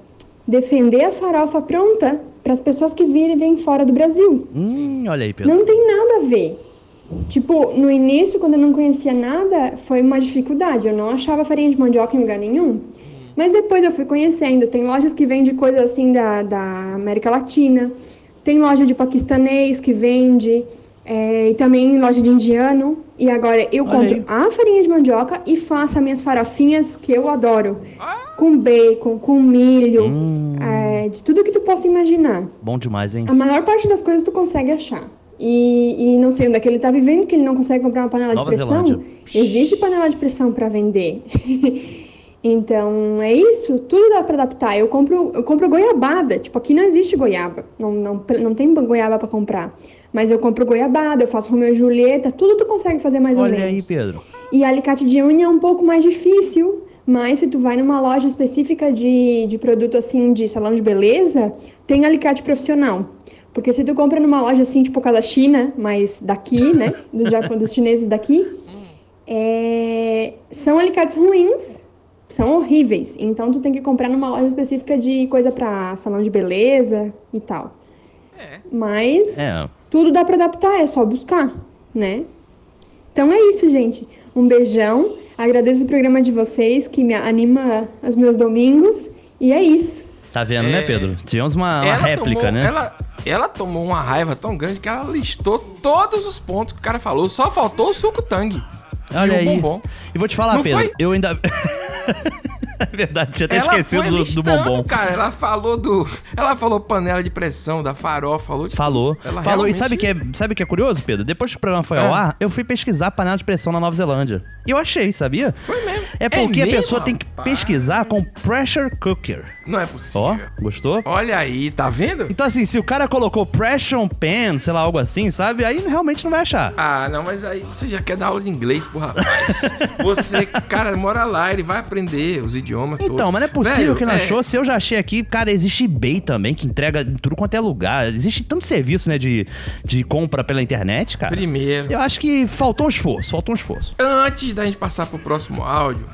Speaker 11: defender a farofa pronta para as pessoas que vivem fora do Brasil.
Speaker 3: hum, olha aí, Pedro.
Speaker 11: Não tem nada a ver. Tipo, no início, quando eu não conhecia nada, foi uma dificuldade. Eu não achava farinha de mandioca em lugar nenhum. Mas depois eu fui conhecendo. Tem lojas que vendem coisas assim da, da América Latina. Tem loja de paquistanês que vende. é, e também loja de indiano. E agora eu
Speaker 3: Olha
Speaker 11: compro
Speaker 3: aí.
Speaker 11: a farinha de mandioca e faço as minhas farofinhas que eu adoro.
Speaker 3: Ah!
Speaker 11: Com bacon, com milho,
Speaker 3: Hum.
Speaker 11: é, de tudo que tu possa imaginar.
Speaker 3: Bom demais, hein?
Speaker 11: A maior parte das coisas tu consegue achar. E, e não sei onde é que ele tá vivendo, que ele não consegue comprar uma panela
Speaker 3: Nova
Speaker 11: de pressão.
Speaker 3: Zelândia.
Speaker 11: Existe panela de pressão para vender. então é isso, tudo dá para adaptar. Eu compro, eu compro goiabada, tipo, aqui não existe goiaba. Não, não, não tem goiaba para comprar. Mas eu compro goiabada, eu faço Romeu e Julieta, tudo tu consegue fazer mais ou
Speaker 3: Olha
Speaker 11: menos.
Speaker 3: aí, Pedro.
Speaker 11: E alicate de unha é um pouco mais difícil, mas se tu vai numa loja específica de, de produto assim, de salão de beleza, tem alicate profissional. Porque se tu compra numa loja assim, tipo cada China, mas daqui, né? Dos, japo- dos chineses daqui, é, são alicates ruins, são horríveis. Então tu tem que comprar numa loja específica de coisa pra salão de beleza e tal. Mas
Speaker 3: É.
Speaker 11: tudo dá pra adaptar, é só buscar, né? Então é isso, gente. Um beijão. Agradeço o programa de vocês que me anima aos meus domingos. E é isso.
Speaker 3: Tá vendo, né, Pedro? Tivemos uma, uma réplica,
Speaker 2: É. tomou,
Speaker 3: né?
Speaker 2: Ela, ela tomou uma raiva tão grande que ela listou todos os pontos que o cara falou. Só faltou o suco tangue.
Speaker 3: Olha
Speaker 2: e o
Speaker 3: aí.
Speaker 2: bombom.
Speaker 3: E vou te falar,
Speaker 2: Não
Speaker 3: Pedro,
Speaker 2: foi?
Speaker 3: eu ainda. É verdade, tinha até
Speaker 2: ela
Speaker 3: esquecido
Speaker 2: foi
Speaker 3: do, do
Speaker 2: listando,
Speaker 3: bombom.
Speaker 2: cara. Ela falou do. Ela falou panela de pressão, da farofa, falou. tipo,
Speaker 3: Falou.
Speaker 2: ela
Speaker 3: Falou. E
Speaker 2: realmente-
Speaker 3: sabe o que, é, sabe o que é curioso, Pedro? Depois que o programa foi ao
Speaker 2: Ah.
Speaker 3: ar, eu fui pesquisar a panela de pressão na Nova Zelândia. E eu achei, sabia? Foi mesmo. É porque a
Speaker 2: mesmo,
Speaker 3: pessoa tem que pesquisar com pressure cooker.
Speaker 2: Não é possível.
Speaker 3: Ó, gostou?
Speaker 2: Olha aí, tá vendo?
Speaker 3: Então assim, se o cara colocou pressure pan, sei lá, algo assim, sabe? Aí realmente não vai achar.
Speaker 2: Ah, não, mas aí você já quer dar aula de inglês pro rapaz. Você, cara, mora lá, ele vai aprender os idiomas todos.
Speaker 3: Então, mas não é possível
Speaker 2: Velho,
Speaker 3: que ele
Speaker 2: é,
Speaker 3: achou. Se eu já achei aqui, cara, existe eBay também, que entrega em tudo quanto é lugar. Existe tanto serviço, né, de, de compra pela internet, cara.
Speaker 2: Primeiro.
Speaker 3: Eu acho que faltou um esforço, faltou um esforço.
Speaker 2: Antes da gente passar pro próximo áudio,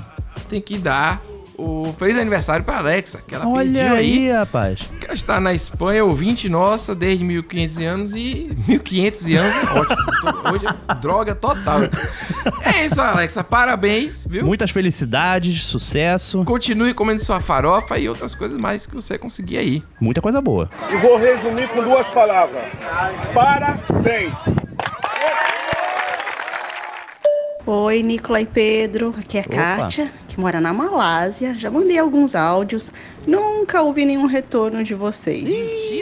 Speaker 2: tem que dar o feliz aniversário pra Alexa, que ela
Speaker 3: Olha
Speaker 2: pediu
Speaker 3: aí,
Speaker 2: aí.
Speaker 3: rapaz.
Speaker 2: que Ela está na Espanha, ouvinte nossa, desde 1500 anos e 1500 anos é ótimo. Tô- Hoje é droga total. É isso, Alexa, parabéns, viu?
Speaker 3: Muitas felicidades, sucesso,
Speaker 2: Continue comendo sua farofa e outras coisas mais que você conseguir aí.
Speaker 3: muita coisa boa.
Speaker 12: E vou resumir com duas palavras. Parabéns.
Speaker 13: Oi, Nicola e Pedro. Aqui é a
Speaker 14: Opa.
Speaker 13: Kátia, que mora na Malásia. Já mandei alguns áudios. Nunca ouvi nenhum retorno de vocês.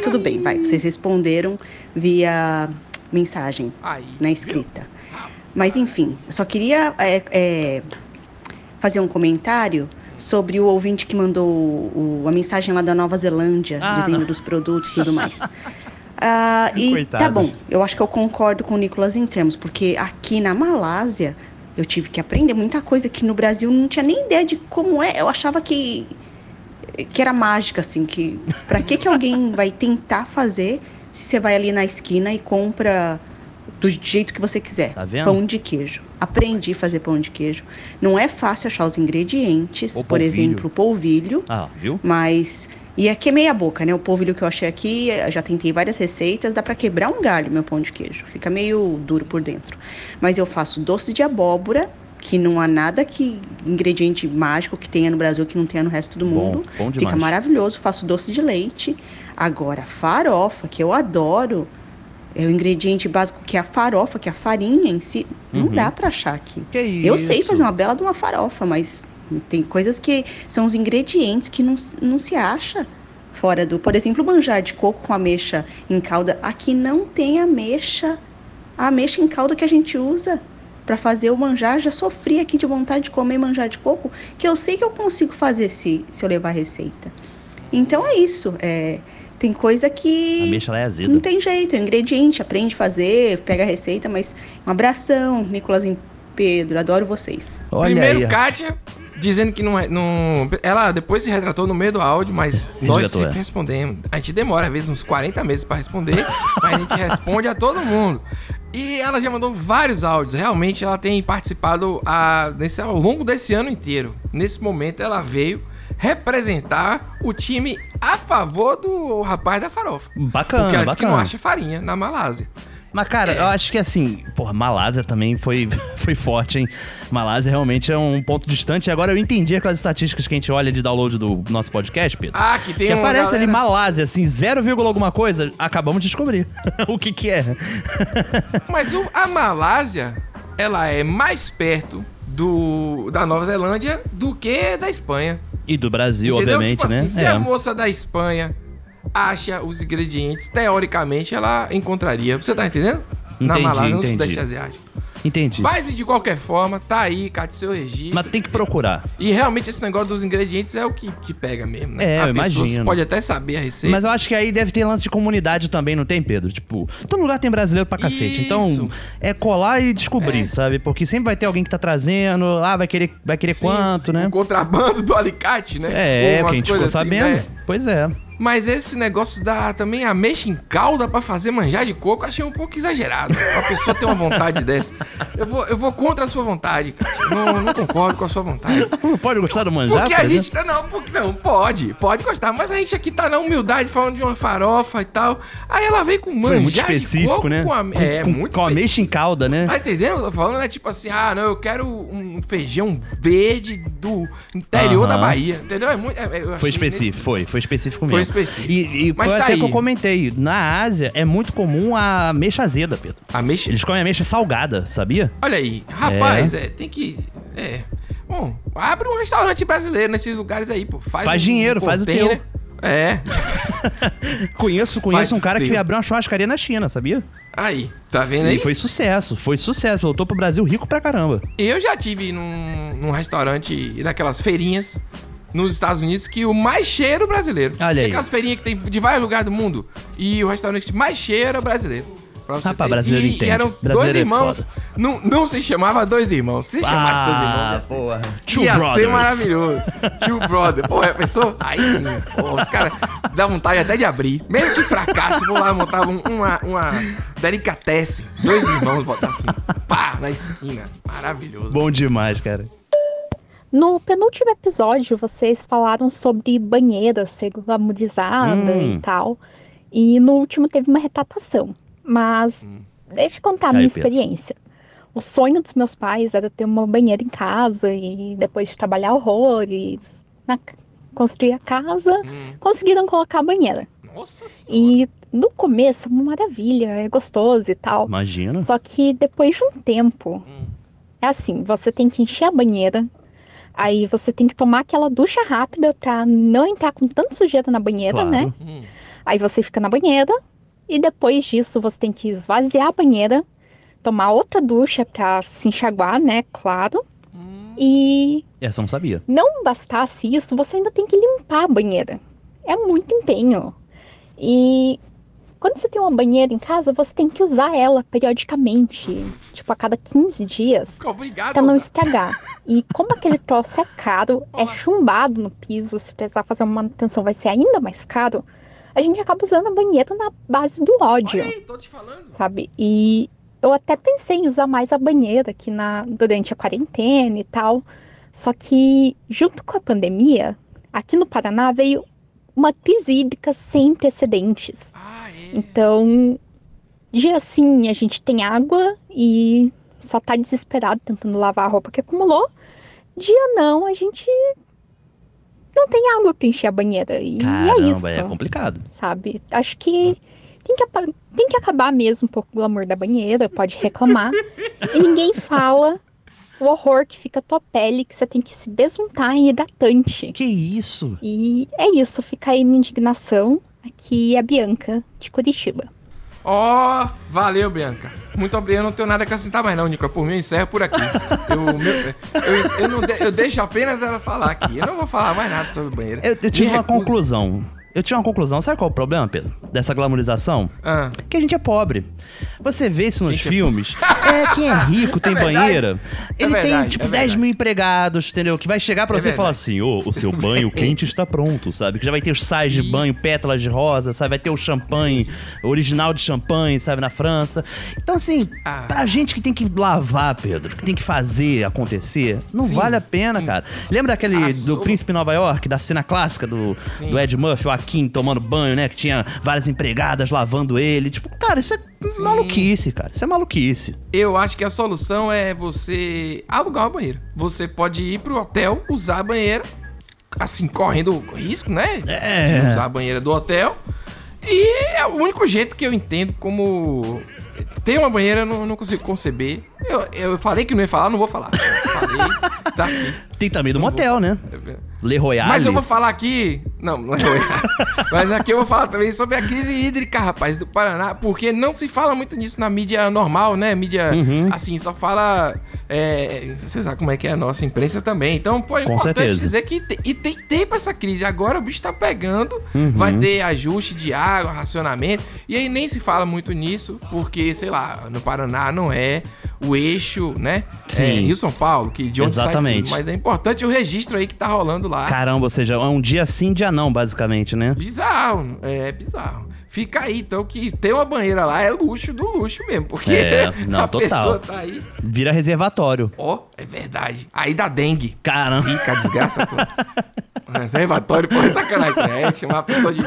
Speaker 13: Tudo bem, vai. Vocês responderam via mensagem, na escrita. Mas enfim, eu só queria é, é, fazer um comentário sobre o ouvinte que mandou o- a mensagem lá da Nova Zelândia,
Speaker 15: Ah,
Speaker 13: dizendo
Speaker 15: não.
Speaker 13: dos produtos e tudo mais. Ah, e
Speaker 15: Coitados.
Speaker 13: tá bom, eu acho que eu concordo com o Nicolas em termos, porque aqui na Malásia eu tive que aprender muita coisa que no Brasil não tinha nem ideia de como é. Eu achava que que era mágica assim, que para que que alguém vai tentar fazer se você vai ali na esquina e compra do jeito que você quiser.
Speaker 15: Tá vendo?
Speaker 13: Pão de queijo. Aprendi a fazer pão de queijo. Não é fácil achar os ingredientes,
Speaker 15: O
Speaker 13: por
Speaker 15: polvilho.
Speaker 13: exemplo, polvilho.
Speaker 3: Ah, viu?
Speaker 13: Mas. E aqui é meia boca, né? O polvilho que eu achei aqui, eu já tentei várias receitas, dá pra quebrar um galho meu pão de queijo. Fica meio duro por dentro. Mas eu faço doce de abóbora, que não há nada que ingrediente mágico que tenha no Brasil que não tenha no resto do
Speaker 15: Bom,
Speaker 13: mundo.
Speaker 15: bom
Speaker 13: Fica
Speaker 15: demais.
Speaker 13: maravilhoso, faço doce de leite. Agora, farofa, que eu adoro, é o ingrediente básico que é a farofa, que é a farinha em si, não
Speaker 15: Uhum.
Speaker 13: dá pra achar aqui.
Speaker 15: Que
Speaker 13: Eu sei
Speaker 15: isso?
Speaker 13: fazer uma bela de uma farofa, mas tem coisas que são os ingredientes que não, s- não se acha fora do. Por exemplo, manjar de coco com ameixa em calda. Aqui não tem ameixa. A ameixa em calda que a gente usa para fazer o manjar. Já sofri aqui de vontade de comer manjar de coco, que eu sei que eu consigo fazer se, se eu levar a receita. Então é isso. é, tem coisa que.
Speaker 3: A mexa lá é azeda.
Speaker 13: Não tem jeito, é ingrediente, aprende a fazer, pega a receita, mas um abração, Nicolas e Pedro, adoro vocês.
Speaker 2: Primeiro, Kátia dizendo que não, é- não. Ela depois se retratou no meio do áudio, mas nós
Speaker 3: Retratou,
Speaker 2: sempre
Speaker 3: é.
Speaker 2: respondemos. A gente demora, às vezes, uns 40 meses pra responder, mas a gente responde a todo mundo. E ela já mandou vários áudios. Realmente, ela tem participado a, nesse, ao longo desse ano inteiro. Nesse momento, ela veio representar o time a favor do rapaz da farofa.
Speaker 3: Bacana,
Speaker 2: Porque ela disse que não
Speaker 3: bacana.
Speaker 2: acha farinha na Malásia.
Speaker 3: Mas, cara, eu acho que assim, porra, Malásia também foi, foi forte, hein? Malásia realmente é um ponto distante. Agora eu entendi aquelas estatísticas que a gente olha de download do nosso podcast, Pedro.
Speaker 2: Ah, que tem
Speaker 3: que
Speaker 2: uma
Speaker 3: aparece ali
Speaker 2: galera-
Speaker 3: Malásia, assim, 0, alguma coisa, acabamos de descobrir o que que é.
Speaker 2: Mas o- a Malásia, ela é mais perto do, da Nova Zelândia do que da Espanha.
Speaker 3: E do Brasil, obviamente,
Speaker 2: Tipo
Speaker 3: né?
Speaker 2: assim, se a moça da Espanha acha os ingredientes, teoricamente ela encontraria. Você tá entendendo? Na
Speaker 3: Entendi,
Speaker 2: Malásia, no
Speaker 3: entendi.
Speaker 2: Sudeste Asiático.
Speaker 3: Entendi.
Speaker 2: Mas de qualquer forma, tá aí, Cátia, seu registro.
Speaker 3: Mas tem que procurar.
Speaker 2: E realmente esse negócio dos ingredientes é o que, que pega mesmo, né?
Speaker 3: É,
Speaker 2: a
Speaker 3: eu
Speaker 2: pessoa
Speaker 3: imagino.
Speaker 2: pode até saber a receita.
Speaker 3: Mas eu acho que aí deve ter lance de comunidade também, não tem, Pedro? Tipo, todo lugar tem brasileiro pra cacete. Então, é colar e descobrir,
Speaker 2: É.
Speaker 3: sabe? Porque sempre vai ter alguém que tá trazendo, ah, vai querer, vai querer
Speaker 2: Sim,
Speaker 3: quanto, né?
Speaker 2: o contrabando do alicate, né?
Speaker 3: É,
Speaker 2: Ou
Speaker 3: que a
Speaker 2: umas
Speaker 3: gente ficou
Speaker 2: coisas assim,
Speaker 3: sabendo.
Speaker 2: né?
Speaker 3: Pois é.
Speaker 2: Mas esse negócio da também ameixa em calda pra fazer manjar de coco, eu achei um pouco exagerado. A pessoa ter uma vontade dessa. Eu vou, eu vou contra a sua vontade, cara. Não, eu não concordo com a sua vontade.
Speaker 3: Não pode gostar do manjar? é.
Speaker 2: Porque a
Speaker 3: por
Speaker 2: gente. tá
Speaker 3: exemplo?
Speaker 2: Não, porque não, pode, pode gostar. Mas a gente aqui tá na humildade falando de uma farofa e tal. Aí ela vem com manjar
Speaker 3: Foi muito
Speaker 2: de
Speaker 3: específico,
Speaker 2: coco
Speaker 3: né?
Speaker 2: com a, é,
Speaker 3: com,
Speaker 2: muito
Speaker 3: com ameixa em calda, né?
Speaker 2: Tá entendendo? o que Eu tô falando é tipo assim, ah, não, eu quero um feijão verde do interior
Speaker 3: Aham.
Speaker 2: da Bahia, entendeu? É muito, é- eu achei
Speaker 3: Foi específico, foi, foi específico mesmo.
Speaker 2: Foi específico.
Speaker 3: E, e
Speaker 2: Mas
Speaker 3: foi
Speaker 2: tá
Speaker 3: até
Speaker 2: aí.
Speaker 3: que eu comentei. Na Ásia é muito comum a ameixa azeda, Pedro.
Speaker 2: Ameixa?
Speaker 3: Eles comem ameixa salgada, sabia?
Speaker 2: Olha aí, rapaz,
Speaker 3: É.
Speaker 2: é, tem que. É. Bom, abre um restaurante brasileiro nesses lugares aí, pô. Faz,
Speaker 3: Faz né?
Speaker 2: um-
Speaker 3: dinheiro,
Speaker 2: um
Speaker 3: faz o
Speaker 2: container.
Speaker 3: teu.
Speaker 2: É.
Speaker 3: conheço conheço
Speaker 2: Faz
Speaker 3: um cara
Speaker 2: o
Speaker 3: que
Speaker 2: teu.
Speaker 3: abriu uma churrascaria na China, sabia?
Speaker 2: Aí, tá vendo aí?
Speaker 3: E foi sucesso, foi sucesso. Voltou pro Brasil rico pra caramba.
Speaker 2: Eu já tive num, num restaurante daquelas feirinhas nos Estados Unidos que o mais cheiro é brasileiro.
Speaker 3: Olha aí.
Speaker 2: aquelas feirinhas que tem de vários lugares do mundo e o restaurante mais cheiro é brasileiro. Pra você
Speaker 3: Rapaz,
Speaker 2: ter.
Speaker 3: brasileiro
Speaker 2: e,
Speaker 3: entende.
Speaker 2: E eram dois
Speaker 3: Brasileiro é
Speaker 2: irmãos.
Speaker 3: foda.
Speaker 2: não, não se chamava dois irmãos. Se chamasse dois irmãos,
Speaker 3: Ah,
Speaker 2: ia ser-
Speaker 3: porra. Two
Speaker 2: Ia ser
Speaker 3: brothers.
Speaker 2: maravilhoso. Tio Brother. Pô, já pensou? Aí sim. Pô, os caras dá vontade até de abrir. Mesmo que fracasse, vou lá montar um- uma, uma delicatesse. Dois irmãos, botar assim. Pá, na esquina. Maravilhoso.
Speaker 3: Bom demais, cara.
Speaker 14: No penúltimo episódio, vocês falaram sobre banheira ser glamourizada
Speaker 3: Hum.
Speaker 14: e tal. E no último teve uma retratação. Mas deixa eu contar a minha
Speaker 15: Aí, Pedro.
Speaker 14: experiência. O sonho dos meus pais era ter uma banheira em casa e depois de trabalhar horrores, na- construir a casa, conseguiram colocar a banheira.
Speaker 2: Nossa
Speaker 14: E no começo, uma maravilha, é gostoso e tal.
Speaker 3: Imagina.
Speaker 14: Só que depois de um tempo, é assim, você tem que encher a banheira, aí você tem que tomar aquela ducha rápida pra não entrar com tanta sujeira na banheira,
Speaker 15: Claro.
Speaker 14: né? Aí você fica na banheira e depois disso você tem que esvaziar a banheira, tomar outra ducha pra se enxaguar, né? Claro. E
Speaker 3: Essa eu É, não sabia.
Speaker 14: não bastasse isso, você ainda tem que limpar a banheira. É muito empenho. E quando você tem uma banheira em casa, você tem que usar ela periodicamente, tipo a cada 15 dias,
Speaker 2: obrigado
Speaker 14: pra não estragar. E como aquele troço é caro, é chumbado no piso, se precisar fazer uma manutenção vai ser ainda mais caro, a gente acaba usando a banheira na base do ódio. Sabe? E eu até pensei em usar mais a banheira aqui na, durante a quarentena e tal. Só que, junto com a pandemia, aqui no Paraná veio uma crise hídrica sem precedentes. Então, dia sim, a gente tem água e só tá desesperado tentando lavar a roupa que acumulou. Dia não, a gente não tem água pra encher a banheira. E é
Speaker 3: Caramba,
Speaker 14: isso
Speaker 3: é complicado.
Speaker 14: sabe? Acho que tem que, apa- tem que acabar mesmo um pouco o glamour da banheira, pode reclamar. e ninguém fala o horror que fica a tua pele, que você tem que se besuntar em hidratante.
Speaker 3: Que isso?
Speaker 14: E é isso, fica aí minha indignação. Aqui é a Bianca, de Curitiba.
Speaker 2: Ó, valeu, Bianca. Muito obrigado. Eu não tenho nada a acrescentar mais, não, Nico. É Por mim, eu encerro por aqui. Eu, meu- eu, eu não de- eu deixo apenas ela falar aqui. Eu não vou falar mais nada sobre banheiro.
Speaker 3: Eu, eu tive uma conclusão. Eu tive uma conclusão. Sabe qual é o problema, Pedro? Dessa glamorização? Que a gente é pobre. Você vê isso nos filmes. É, quem é rico tem
Speaker 16: É verdade.
Speaker 3: banheira.
Speaker 16: É
Speaker 3: Ele tem,
Speaker 16: verdade,
Speaker 3: tipo,
Speaker 16: é
Speaker 3: 10 mil empregados, entendeu? Que vai chegar pra
Speaker 16: É
Speaker 3: você e falar
Speaker 16: verdade.
Speaker 3: assim: ô, o seu banho quente está pronto, sabe? Que já vai ter os sais de banho, pétalas de rosa, sabe? Vai ter o champanhe, o original de champanhe, sabe? Na França. Então, assim,
Speaker 16: Ah.
Speaker 3: pra gente que tem que lavar, Pedro, que tem que fazer acontecer, não
Speaker 16: Sim.
Speaker 3: vale a pena, cara. Lembra daquele do
Speaker 16: Assombro.
Speaker 3: Príncipe em Nova York, da cena clássica do,
Speaker 16: Sim.
Speaker 3: do Ed Murphy, o Akin tomando banho, né? Que tinha várias empregadas lavando ele. Tipo, cara, isso é maluquice, cara. Isso é maluquice.
Speaker 2: Eu acho que a solução é você alugar o banheiro. Você pode ir pro hotel, usar a banheira, assim, correndo risco, né?
Speaker 3: É.
Speaker 2: De usar a banheira do hotel. E é o único jeito que eu entendo como. Ter uma banheira eu não, não consigo conceber. Eu, eu falei que não ia falar, não vou falar. tá
Speaker 3: Tem também do motel, né?
Speaker 16: É
Speaker 3: Le Royale.
Speaker 2: Mas eu vou falar aqui. Não, não é Mas aqui eu vou falar também sobre a crise hídrica, rapaz, do Paraná, porque não se fala muito nisso na mídia normal, né? Mídia
Speaker 3: Uhum.
Speaker 2: assim, só fala. É, você sabe como é que é a nossa imprensa também. Então, pô, é
Speaker 3: Com
Speaker 2: importante
Speaker 3: certeza.
Speaker 2: dizer que te- e tem tempo essa crise. Agora o bicho tá pegando,
Speaker 3: Uhum.
Speaker 2: vai ter ajuste de água, racionamento. E aí nem se fala muito nisso, porque, sei lá, no Paraná não é o eixo, né?
Speaker 3: Sim.
Speaker 2: É, Rio São Paulo, que de onde sai
Speaker 3: Exatamente.
Speaker 2: tudo, mas é importante o registro aí que tá rolando lá.
Speaker 3: Caramba, ou seja, é um dia sim, dia não, basicamente, né?
Speaker 2: Bizarro, é bizarro. Fica aí, então, que ter uma banheira lá é luxo do luxo mesmo, porque
Speaker 3: É, não,
Speaker 2: a
Speaker 3: total.
Speaker 2: pessoa tá aí.
Speaker 3: Vira reservatório.
Speaker 2: Ó, é verdade. Aí dá dengue.
Speaker 3: Caramba.
Speaker 2: Zica, a desgraça toda. Reservatório, pô, é sacanagem. É, chamar a pessoa de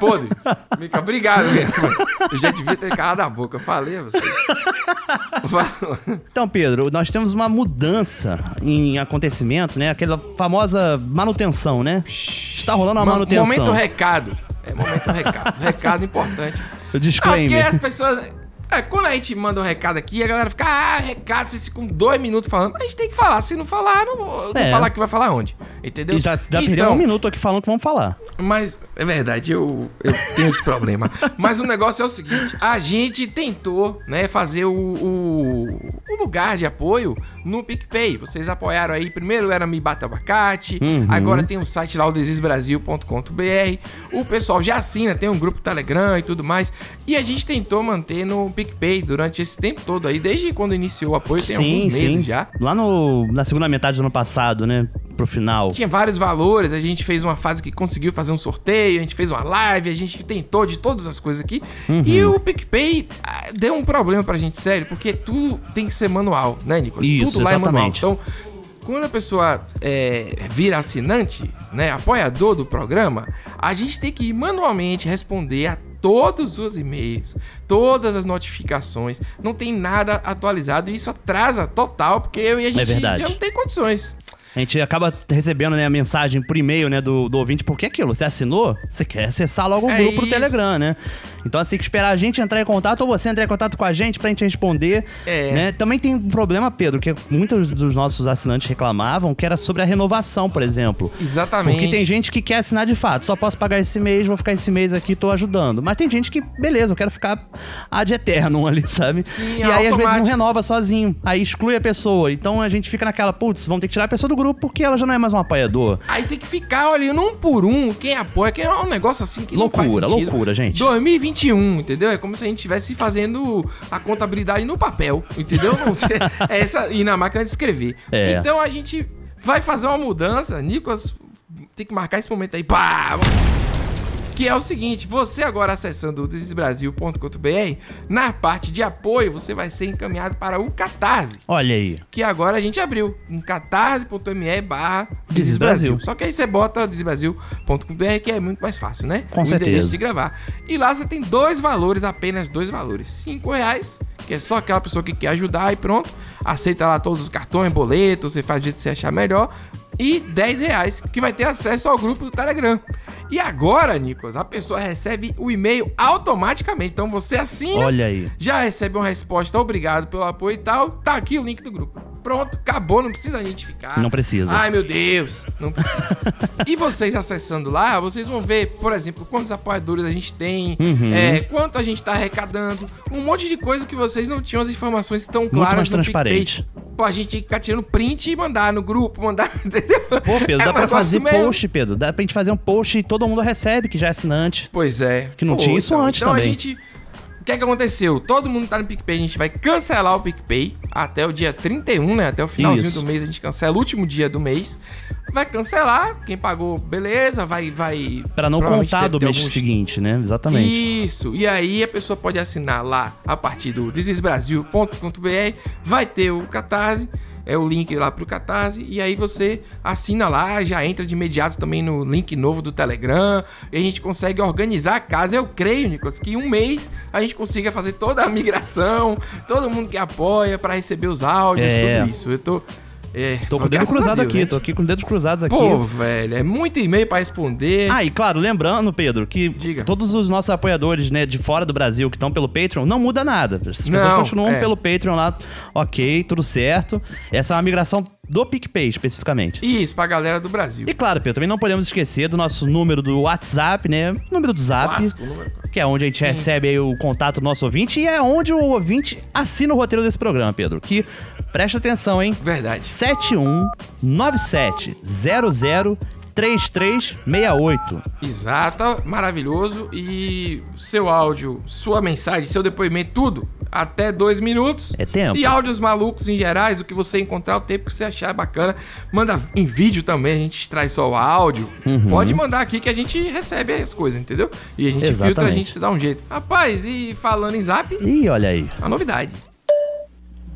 Speaker 2: podre. Mica, obrigado mesmo. mano. Eu já devia ter calado a boca. eu Falei a você.
Speaker 3: Então, Pedro, nós temos uma mudança em acontecimento, né? Aquela famosa manutenção, né? Está rolando uma
Speaker 2: Mo-
Speaker 3: manutenção.
Speaker 2: Momento recado. É momento recado. recado importante.
Speaker 3: O
Speaker 2: Ah, porque
Speaker 3: disclaimer.
Speaker 2: as pessoas. É, quando a gente manda um recado aqui, a galera fica, ah, recado, vocês ficam dois minutos falando. A gente tem que falar. Se não falar, não, não
Speaker 3: É.
Speaker 2: falar que vai falar onde. Entendeu?
Speaker 3: E já, já perdeu
Speaker 2: Então-
Speaker 3: um minuto aqui falando que vamos falar.
Speaker 2: Mas é verdade, eu, eu tenho esse problema. Mas o negócio é o seguinte: a gente tentou, né, fazer o, o- o lugar de apoio no PicPay. Vocês apoiaram aí. Primeiro era Me Bata Abacate,
Speaker 15: Uhum.
Speaker 2: agora tem o site lá, o desesbrasil.com.br. O pessoal já assina, tem um grupo Telegram e tudo mais. E a gente tentou manter no PicPay durante esse tempo todo aí, desde quando iniciou o apoio, é assim, tem alguns meses já.
Speaker 3: Lá no, na segunda metade do ano passado, né? Pro final.
Speaker 2: Tinha vários valores, a gente fez uma fase que conseguiu fazer um sorteio, a gente fez uma live, a gente tentou de todas as coisas aqui.
Speaker 3: Uhum.
Speaker 2: E o PicPay ah, deu um problema pra gente, sério, porque tudo tem que ser manual, né, Nicolas?
Speaker 3: Isso,
Speaker 2: tudo lá
Speaker 3: exatamente.
Speaker 2: é manual. Então, quando a pessoa é, vira assinante, né, apoiador do programa, a gente tem que ir manualmente responder a todos os e-mails, todas as notificações, não tem nada atualizado e isso atrasa total, porque eu e a gente
Speaker 3: É verdade.
Speaker 2: já não tem condições.
Speaker 3: A gente acaba recebendo né, a mensagem por e-mail né, do, do ouvinte, porque é aquilo, você assinou, você quer acessar logo o
Speaker 2: É
Speaker 3: grupo do
Speaker 2: isso.
Speaker 3: Telegram, né? Então você tem que esperar a gente entrar em contato ou você entrar em contato com a gente pra gente responder.
Speaker 2: É.
Speaker 3: né? Também tem um problema, Pedro, que muitos dos nossos assinantes reclamavam, que era sobre a renovação, por exemplo.
Speaker 2: Exatamente.
Speaker 3: Porque tem gente que quer assinar de fato, só posso pagar esse mês, vou ficar esse mês aqui, tô ajudando. Mas tem gente que, beleza, eu quero ficar ad eternum ali, sabe? e aí às vezes não
Speaker 2: automático.
Speaker 3: renova sozinho, aí exclui a pessoa. Então a gente fica naquela, putz, vamos ter que tirar a pessoa do grupo porque ela já não é mais um apoiador.
Speaker 2: Aí tem que ficar olhando um por um, quem apoia, que é um negócio assim que não
Speaker 3: Loucura,
Speaker 2: faz sentido.
Speaker 3: loucura, gente.
Speaker 2: 2021, entendeu? É como se a gente estivesse fazendo a contabilidade no papel, entendeu? Não sei, é essa e na máquina de escrever.
Speaker 3: É.
Speaker 2: Então a gente vai fazer uma mudança, Nicolas, tem que marcar esse momento aí. Pá! Que é o seguinte, você agora acessando o desesbrasil.com.br, na parte de apoio, você vai ser encaminhado para o Catarse
Speaker 3: Olha aí.
Speaker 2: que agora a gente abriu um catarse.me barra
Speaker 3: Desis
Speaker 2: Brasil.
Speaker 3: Brasil.
Speaker 2: Só que aí você bota desbrasil.com.br que é muito mais fácil, né?
Speaker 3: Com
Speaker 2: o
Speaker 3: certeza.
Speaker 2: endereço de gravar. E lá você tem dois valores, apenas dois valores. Cinco reais, que é só aquela pessoa que quer ajudar e pronto. Aceita lá todos os cartões, boletos, você faz do jeito que você achar melhor. E 10 reais, que vai ter acesso ao grupo do Telegram. E agora, Nicolas, a pessoa recebe o e-mail automaticamente. Então você assina.
Speaker 3: Olha aí.
Speaker 2: Já recebe uma resposta, obrigado pelo apoio e tal. Tá aqui o link do grupo. Pronto, acabou, não precisa a gente ficar.
Speaker 3: Não precisa.
Speaker 2: Ai, meu Deus, não precisa. e vocês acessando lá, vocês vão ver, por exemplo, quantos apoiadores a gente tem,
Speaker 3: Uhum.
Speaker 2: é, quanto a gente tá arrecadando, um monte de coisa que vocês não tinham as informações tão
Speaker 3: Muito
Speaker 2: claras
Speaker 3: mais
Speaker 2: no PicPay.
Speaker 3: transparente.
Speaker 2: Pô, a gente tinha que ficar tirando print e mandar no grupo, mandar, entendeu?
Speaker 3: Pô, Pedro,
Speaker 2: É
Speaker 3: dá
Speaker 2: um
Speaker 3: pra
Speaker 2: negócio
Speaker 3: fazer
Speaker 2: meio-
Speaker 3: post, Pedro. Dá pra gente fazer um post e todo mundo recebe que já é assinante.
Speaker 2: Pois é.
Speaker 3: Que não
Speaker 2: Pô,
Speaker 3: tinha isso
Speaker 2: então,
Speaker 3: antes
Speaker 2: então
Speaker 3: também.
Speaker 2: a gente. O que é que aconteceu? Todo mundo tá no PicPay, a gente vai cancelar o PicPay até o dia 31, né? Até o finalzinho
Speaker 3: Isso.
Speaker 2: do mês a gente cancela, o último dia do mês. Vai cancelar, quem pagou, beleza, vai. vai
Speaker 3: Pra não
Speaker 2: provavelmente
Speaker 3: contar
Speaker 2: deve
Speaker 3: do
Speaker 2: ter
Speaker 3: mês
Speaker 2: alguns-
Speaker 3: seguinte, né? Exatamente.
Speaker 2: Isso, e aí a pessoa pode assinar lá a partir do desesbrasil.com.br, vai ter o Catarse, é o link lá pro Catarse, e aí você assina lá, já entra de imediato também no link novo do Telegram, e a gente consegue organizar a casa, eu creio, Nicolas, que em um mês a gente consiga fazer toda a migração, todo mundo que apoia pra receber os áudios,
Speaker 3: É.
Speaker 2: tudo isso, eu tô... É,
Speaker 3: Tô com o dedo
Speaker 2: graças a
Speaker 3: cruzado
Speaker 2: Deus,
Speaker 3: aqui,
Speaker 2: né?
Speaker 3: tô aqui com os dedos cruzados aqui.
Speaker 2: Pô, velho, é muito e-mail pra responder.
Speaker 3: Ah, e claro, lembrando, Pedro, que todos os nossos apoiadores, né, de fora do Brasil que estão pelo Patreon, não muda nada. As pessoas
Speaker 2: Não,
Speaker 3: continuam
Speaker 2: é.
Speaker 3: pelo Patreon lá, ok, tudo certo. Essa é uma migração do PicPay, especificamente.
Speaker 2: Isso, pra galera do Brasil.
Speaker 3: E claro, Pedro, também não podemos esquecer do nosso número do WhatsApp, né? Número do Zap.
Speaker 2: Clássico, número.
Speaker 3: Que é onde a gente recebe aí o contato do nosso ouvinte e é onde o ouvinte assina o roteiro desse programa, Pedro. Que presta atenção, hein?
Speaker 2: Verdade.
Speaker 3: 7197 3368.
Speaker 2: Exata, maravilhoso. E seu áudio, sua mensagem, seu depoimento, tudo, até dois minutos. É
Speaker 3: tempo.
Speaker 2: E áudios malucos em gerais, o que você encontrar, o tempo que você achar bacana. Manda em vídeo também, a gente extrai só o áudio.
Speaker 3: Uhum.
Speaker 2: Pode mandar aqui que a gente recebe as coisas, entendeu? E a gente filtra, a
Speaker 3: Exatamente.
Speaker 2: gente se dá um jeito. Rapaz, e falando em zap,
Speaker 3: Ih, olha aí.
Speaker 2: a novidade.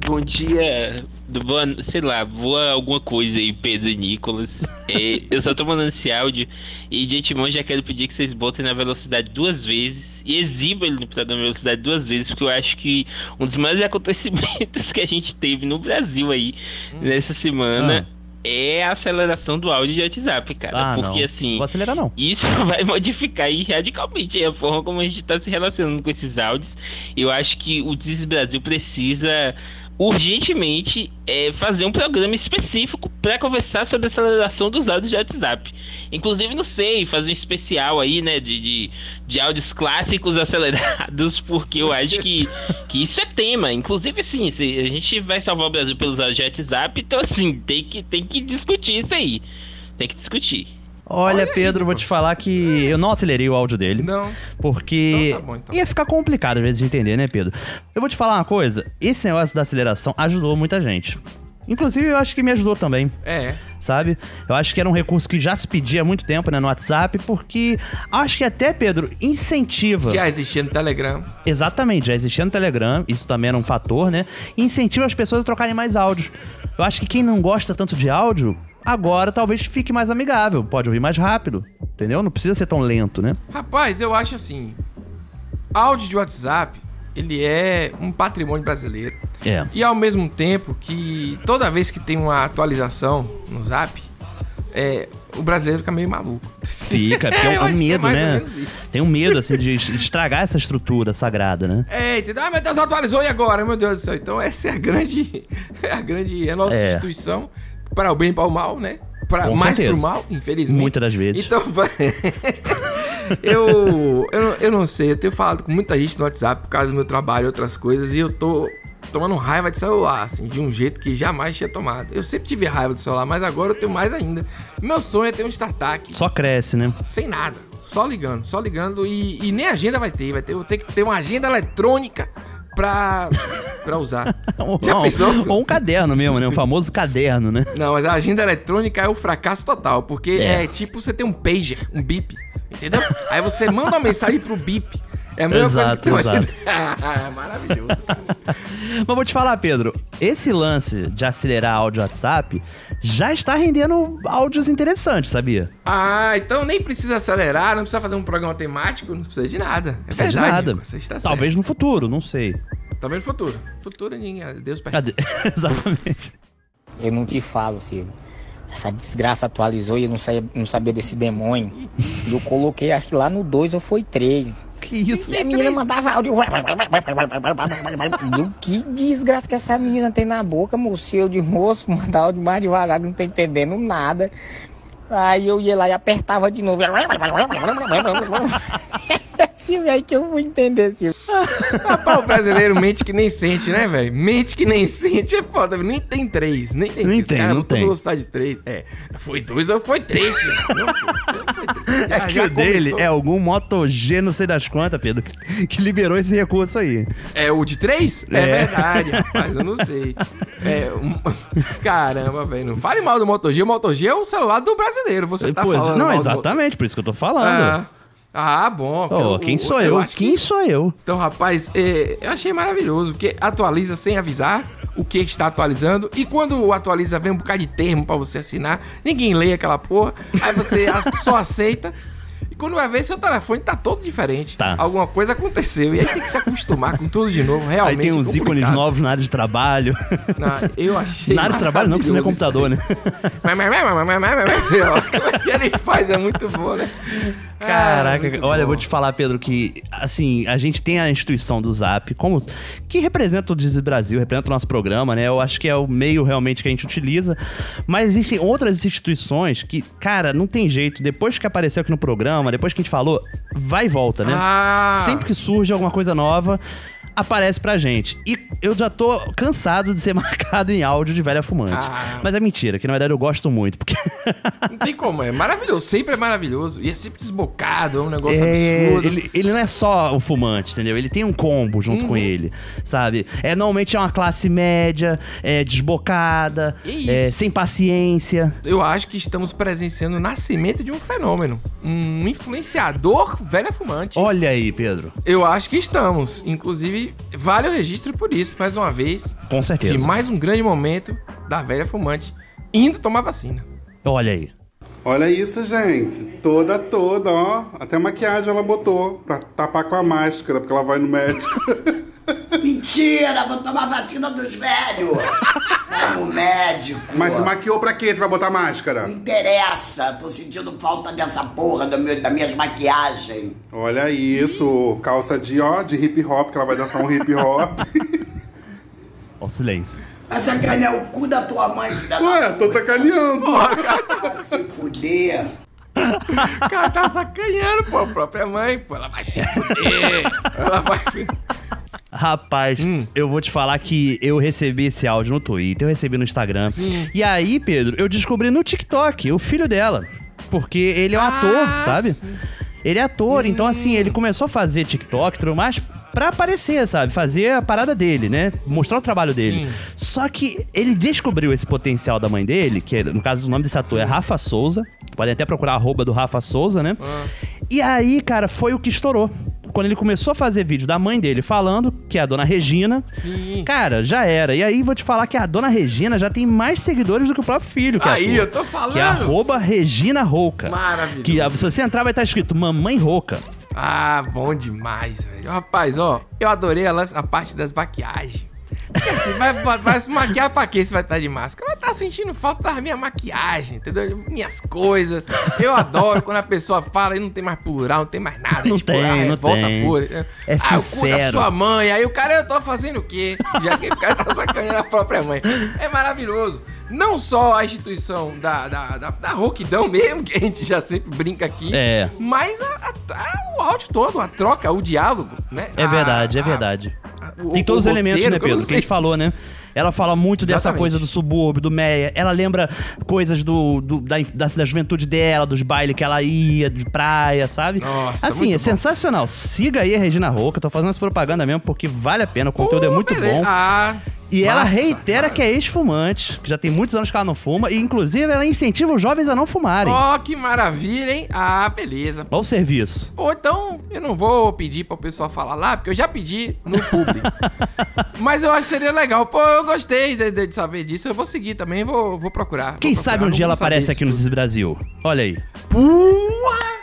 Speaker 16: Bom dia, do- boa, sei lá, boa alguma coisa aí, Pedro e Nicolas. É, eu só tô mandando esse áudio e de antemão já quero pedir que vocês botem na velocidade duas vezes e exibam ele no programa Velocidade duas vezes, porque eu acho que
Speaker 2: Hum.
Speaker 16: um dos maiores acontecimentos que a gente teve no Brasil aí nessa semana é a aceleração do áudio de WhatsApp, cara.
Speaker 3: Ah,
Speaker 16: porque
Speaker 3: não.
Speaker 16: assim.
Speaker 3: Vou acelerar, não.
Speaker 16: Isso vai modificar aí radicalmente a forma como a gente está se relacionando com esses áudios. Eu acho que o Desis Brasil precisa urgentemente é, fazer um programa específico para conversar sobre a aceleração dos áudios de WhatsApp. Inclusive, não sei, fazer um especial aí, né, de, de, de áudios clássicos acelerados, porque eu acho que, que isso é tema. Inclusive, assim, se a gente vai salvar o Brasil pelos áudios de WhatsApp, então, assim, tem que, tem que discutir isso aí. Tem que discutir.
Speaker 3: Olha, Pedro, vou te falar que eu não acelerei o áudio dele.
Speaker 2: Não.
Speaker 3: Porque
Speaker 2: Então tá bom, então.
Speaker 3: ia ficar complicado às vezes de entender, né, Pedro? Eu vou te falar uma coisa. Esse negócio da aceleração ajudou muita gente. Inclusive, eu acho que me ajudou também.
Speaker 2: É.
Speaker 3: Sabe? Eu acho que era um recurso que já se pedia há muito tempo, né, no WhatsApp, porque acho que até, Pedro, incentiva.
Speaker 2: Já existia no Telegram.
Speaker 3: Exatamente, já existia no Telegram, isso também era um fator, né? E incentiva as pessoas a trocarem mais áudios. Eu acho que quem não gosta tanto de áudio, agora talvez fique mais amigável, pode ouvir mais rápido, entendeu? Não precisa ser tão lento, né?
Speaker 2: Rapaz, eu acho assim. Áudio de WhatsApp, ele é um patrimônio brasileiro.
Speaker 3: É.
Speaker 2: E ao mesmo tempo que toda vez que tem uma atualização no Zap, é, o brasileiro fica meio maluco.
Speaker 3: Fica, porque
Speaker 2: É,
Speaker 3: é,
Speaker 2: eu
Speaker 3: um- é
Speaker 2: acho
Speaker 3: um
Speaker 2: que é
Speaker 3: medo,
Speaker 2: mais ou
Speaker 3: né?
Speaker 2: menos isso.
Speaker 3: Tem um medo, assim, de es- estragar essa estrutura sagrada, né?
Speaker 2: É, entendeu? Ah, meu Deus, atualizou e agora? Meu Deus do céu. Então essa é a grande, é a grande, é a nossa
Speaker 3: É.
Speaker 2: instituição para o bem e para o mal, né? Para
Speaker 3: Com
Speaker 2: mais
Speaker 3: certeza.
Speaker 2: pro mal, infelizmente.
Speaker 3: Muitas das vezes.
Speaker 2: Então vai. eu, eu, não- eu não sei, eu tenho falado com muita gente no WhatsApp por causa do meu trabalho e outras coisas e eu tô tomando raiva de celular, assim, de um jeito que jamais tinha tomado. Eu sempre tive raiva do celular, mas agora eu tenho mais ainda. Meu sonho é ter um startup
Speaker 3: Só cresce, né?
Speaker 2: sem nada. Só ligando, só ligando e, e nem agenda vai ter, vai ter, vou ter que ter uma agenda eletrônica pra, pra usar. Já
Speaker 3: Ou-
Speaker 2: pensou?
Speaker 3: Ou um caderno mesmo, né? O famoso caderno, né?
Speaker 2: Não, mas a agenda eletrônica é o fracasso total, porque é, tipo você tem um pager, um bip, entendeu? Aí você manda uma mensagem pro bip. É a mesma coisa que
Speaker 3: Exato,
Speaker 2: tem uma
Speaker 3: exato.
Speaker 2: agenda. Ah, Maravilhoso.
Speaker 3: Mas vou te falar, Pedro, esse lance de acelerar áudio WhatsApp já está rendendo áudios interessantes, sabia?
Speaker 2: Ah, então nem precisa acelerar, não precisa fazer um programa temático, não precisa de nada. É
Speaker 3: Precisa de
Speaker 2: verdade,
Speaker 3: nada.
Speaker 2: Nico, Você está certo.
Speaker 3: Talvez no futuro, não sei.
Speaker 2: Talvez no futuro. Futuro ninguém. Deus perto.
Speaker 3: Cadê? Exatamente.
Speaker 15: Eu não te falo, Silvio. Essa desgraça atualizou e eu não, saía- não sabia desse demônio. E eu coloquei, acho que lá no 2 ou foi 3.
Speaker 3: Que isso?
Speaker 15: E a menina mandava áudio. Meu, que desgraça que essa menina tem na boca, moço. E Eu de moço, mandava áudio mais devagar, que não tô entendendo nada. Aí eu ia lá e apertava de novo. Silvio, aí que eu vou entender, Silvio.
Speaker 2: Rapaz, o brasileiro mente que nem sente, né, velho? Mente que nem sente é foda. Nem tem três, nem tem
Speaker 3: Nem
Speaker 2: três.
Speaker 3: tem,
Speaker 2: Cara,
Speaker 3: não
Speaker 2: botou
Speaker 3: tem.
Speaker 2: velocidade três. É, foi dois ou foi três, filho. Não, foi três.
Speaker 3: É que o dele é algum Moto G, não sei das quantas, Pedro, que- que liberou esse recurso aí.
Speaker 2: É o de três? É,
Speaker 3: É.
Speaker 2: verdade, rapaz, eu não sei. É, um- Caramba, velho. Não fale mal do Moto G. O Moto G é o celular do brasileiro. Você tá
Speaker 3: Pois-
Speaker 2: falando.
Speaker 3: não,
Speaker 2: mal do-
Speaker 3: exatamente, por isso que eu tô falando.
Speaker 2: Ah, ah, bom.
Speaker 3: Ô,
Speaker 2: eu-
Speaker 3: quem sou eu?
Speaker 2: acho
Speaker 3: Quem sou eu?
Speaker 2: Então, rapaz, é, eu achei maravilhoso, porque atualiza sem avisar o que está atualizando, e quando atualiza vem um bocado de termo pra você assinar, ninguém lê aquela porra, aí você a- só aceita, e quando vai ver, seu telefone tá todo diferente. Alguma coisa aconteceu, e aí tem que se acostumar com tudo de novo,
Speaker 3: Aí
Speaker 2: realmente
Speaker 3: tem uns ícones
Speaker 2: complicado.
Speaker 3: novos na área de trabalho.
Speaker 2: Não, eu achei
Speaker 3: Na área de trabalho não, porque isso não é computador, né?
Speaker 2: Mas, mas, mas, mas, mas, mas, mas, ó, Como é que ele faz? É muito bom, né? Ah,
Speaker 3: Caraca,
Speaker 2: muito
Speaker 3: olha, eu
Speaker 2: bom.
Speaker 3: vou te falar, Pedro, que assim, a gente tem a instituição do Zap, como que representa o Dizzy Brasil, representa o nosso programa, né? Eu acho que é o meio realmente que a gente utiliza. Mas existem outras instituições que, cara, não tem jeito. Depois que apareceu aqui no programa, depois que a gente falou, vai e volta, né?
Speaker 2: Ah.
Speaker 3: Sempre que surge alguma coisa nova, aparece pra gente. E eu já tô cansado de ser marcado em áudio de velha fumante.
Speaker 2: Ah.
Speaker 3: Mas é mentira, que na verdade eu gosto muito, porque
Speaker 2: Não tem como, é maravilhoso, sempre é maravilhoso. E é sempre desbocado, é um negócio
Speaker 3: É,
Speaker 2: absurdo.
Speaker 3: Ele, ele não é só o fumante, entendeu? Ele tem um combo junto
Speaker 2: Uhum.
Speaker 3: com ele, sabe? É normalmente é uma classe média, é desbocada,
Speaker 2: E
Speaker 3: é,
Speaker 2: isso.
Speaker 3: sem paciência.
Speaker 2: Eu acho que estamos presenciando o nascimento de um fenômeno. Um influenciador velha fumante.
Speaker 3: Olha aí, Pedro.
Speaker 2: Eu acho que estamos. Inclusive, vale o registro por isso, mais uma vez.
Speaker 3: Com certeza.
Speaker 2: De mais um grande momento da velha fumante indo tomar vacina.
Speaker 3: Olha aí.
Speaker 17: Olha isso, gente. Toda, toda, ó. Até maquiagem ela botou pra tapar com a máscara, porque ela vai no médico.
Speaker 18: Mentira, vou tomar vacina dos velhos. Vamos, médico.
Speaker 17: Mas se maquiou pra quê? Tu vai botar máscara?
Speaker 18: Não interessa, tô sentindo falta dessa porra do meu, das minhas maquiagens.
Speaker 17: Olha isso, calça de ó, de hip hop, que ela vai dançar um hip hop.
Speaker 3: Ó, silêncio.
Speaker 18: Vai sacanear é o cu da tua mãe, filha da
Speaker 17: Ué, tô sacaneando.
Speaker 18: puta, se fuder.
Speaker 2: O cara tá sacaneando, pô, a própria mãe, pô. Ela vai ter que fuder. Ela vai.
Speaker 3: Rapaz, eu vou te falar que eu recebi esse áudio no Twitter, eu recebi no Instagram. E aí, Pedro, eu descobri no TikTok o filho dela. Porque ele é um ator, sabe? Ele é ator, então assim, ele começou a fazer TikTok, tudo mais, pra aparecer, sabe? Fazer a parada dele, né? Mostrar o trabalho dele.
Speaker 19: Sim.
Speaker 3: Só que ele descobriu esse potencial da mãe dele, que no caso o nome desse ator é Rafa Souza. Podem até procurar a arroba do Rafa Souza,
Speaker 6: Ah.
Speaker 3: né? E aí, cara, foi o que estourou. Quando ele começou a fazer vídeo da mãe dele falando, que é a dona Regina. Sim. Cara, já era. E aí vou te falar que a dona Regina já tem mais seguidores do que o próprio filho. Que é
Speaker 2: Aí,
Speaker 3: ator.
Speaker 2: eu tô falando.
Speaker 3: Que é arroba Regina Rouca.
Speaker 2: Maravilhoso.
Speaker 3: Que ah, se você entrar vai estar escrito Mamãe Rouca.
Speaker 2: Ah, bom demais, velho. Rapaz, ó, eu adorei a, lance- a parte das maquiagens. Porque assim, vai, vai, vai se maquiar pra quê se vai estar de máscara? Vai estar tá sentindo falta da minha maquiagem, entendeu? Minhas coisas. Eu adoro quando a pessoa fala e não tem mais plural, não tem mais nada.
Speaker 3: Não tem, não
Speaker 2: revolta
Speaker 3: tem.
Speaker 2: Tipo, pura.
Speaker 3: É
Speaker 2: ah, o cu da
Speaker 3: sincero.
Speaker 2: sua mãe. Aí o cara, eu tô fazendo o quê? Já que o cara tá sacaneando a própria mãe. É maravilhoso. Não só a instituição da, da, da, da rouquidão mesmo, que a gente já sempre brinca aqui.
Speaker 3: É.
Speaker 2: Mas a- a- a- o áudio todo, a troca, o diálogo, né?
Speaker 3: É
Speaker 2: A-
Speaker 3: verdade, é verdade. Tem todos os
Speaker 2: o
Speaker 3: elementos,
Speaker 2: roteiro,
Speaker 3: né,
Speaker 2: que eu
Speaker 3: Pedro?
Speaker 2: não
Speaker 3: Que a
Speaker 2: sei.
Speaker 3: gente falou, né? Ela fala muito dessa
Speaker 2: Exatamente.
Speaker 3: coisa do subúrbio, do Meia. Ela lembra coisas do, do- da, da, da juventude dela, dos bailes que ela ia, de praia, sabe? Nossa, assim,
Speaker 2: muito
Speaker 3: é sensacional. Siga aí a Regina Roca. Tô fazendo essa propaganda mesmo porque vale a pena. O conteúdo é muito
Speaker 2: beleza.
Speaker 3: bom.
Speaker 2: Ah,
Speaker 3: e ela
Speaker 2: massa,
Speaker 3: reitera que é ex-fumante, que já tem muitos anos que ela não fuma. E, inclusive, ela incentiva os jovens a não fumarem.
Speaker 2: Ó, que maravilha, hein? Ah, beleza.
Speaker 3: Olha o serviço.
Speaker 2: Ou então, eu não vou pedir para o pessoal falar lá, porque eu já pedi no público. Mas eu acho que seria legal. Pô, eu gostei de, de- de saber disso. Eu vou seguir também, vou, vou procurar.
Speaker 3: Quem
Speaker 2: Vou
Speaker 3: sabe
Speaker 2: procurar,
Speaker 3: um dia
Speaker 2: Ah, não
Speaker 3: ela
Speaker 2: vou saber
Speaker 3: aparece
Speaker 2: isso
Speaker 3: aqui no Ziz Brasil? Olha aí.
Speaker 2: Porra!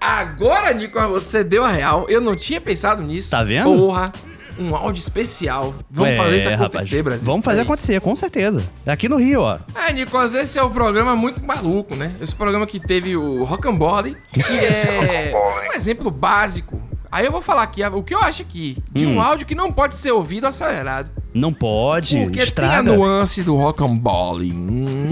Speaker 2: Agora, Nicolas, você deu a real. Eu não tinha pensado nisso. Tá
Speaker 3: vendo?
Speaker 2: Porra, um áudio especial. Vamos
Speaker 3: É,
Speaker 2: fazer isso acontecer,
Speaker 3: rapaz.
Speaker 2: Brasil.
Speaker 3: Vamos fazer
Speaker 2: É
Speaker 3: acontecer, com certeza. Aqui no Rio, ó.
Speaker 2: É, Nicolas, esse é um programa muito maluco, né? Esse programa que teve o Rock'n'Body, que é um exemplo básico. Aí eu vou falar aqui ah, o que eu acho aqui, de um
Speaker 3: Hum.
Speaker 2: áudio que não pode ser ouvido acelerado.
Speaker 3: Não pode,
Speaker 2: Porque
Speaker 3: estraga.
Speaker 2: tem a nuance do Rock'n'Body. Hum,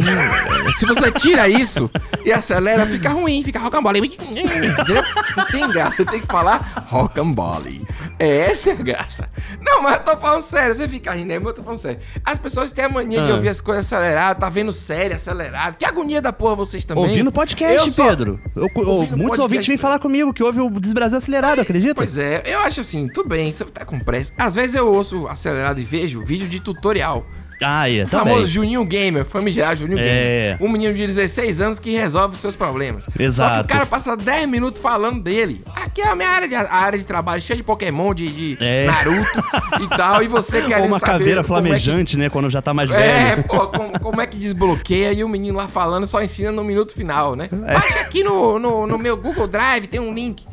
Speaker 2: se você tira isso e acelera, fica ruim, fica Rock'n'Body. Entendeu? Não tem graça, você tem que falar Rock'n'Body. É essa é a graça. Não, mas eu tô falando sério, você fica rindo, né? mas eu tô falando sério. As pessoas têm a mania de
Speaker 3: Ah.
Speaker 2: ouvir as coisas aceleradas, tá vendo série acelerado. Que agonia da porra vocês também.
Speaker 3: Ouvindo podcast,
Speaker 2: Eu só-
Speaker 3: Pedro. Eu- eu-
Speaker 2: Ouvindo
Speaker 3: muitos
Speaker 2: podcast.
Speaker 3: ouvintes vêm falar comigo que houve o Desbrasil acelerado, acredita?
Speaker 2: Pois é, eu acho assim, tudo bem, você tá com pressa. Às vezes eu ouço acelerado e vejo vídeo de tutorial.
Speaker 3: Ah, é,
Speaker 2: O
Speaker 3: tá
Speaker 2: famoso
Speaker 3: bem.
Speaker 2: Juninho Gamer, famigerado
Speaker 3: É.
Speaker 2: Juninho Gamer. Um menino de 16 anos que resolve os seus problemas. Só que
Speaker 3: Exato.
Speaker 2: o cara passa 10 minutos falando dele. Aqui é a minha área de, a área de trabalho, cheia de Pokémon, de, de
Speaker 3: É.
Speaker 2: Naruto e tal. E você quer
Speaker 3: Ou uma caveira flamejante, né? Quando já tá mais velho.
Speaker 2: é, pô, como, como é que desbloqueia e o menino lá falando só ensina no minuto final, né?
Speaker 3: É.
Speaker 2: Baixa aqui no, no, no meu Google Drive, tem um link.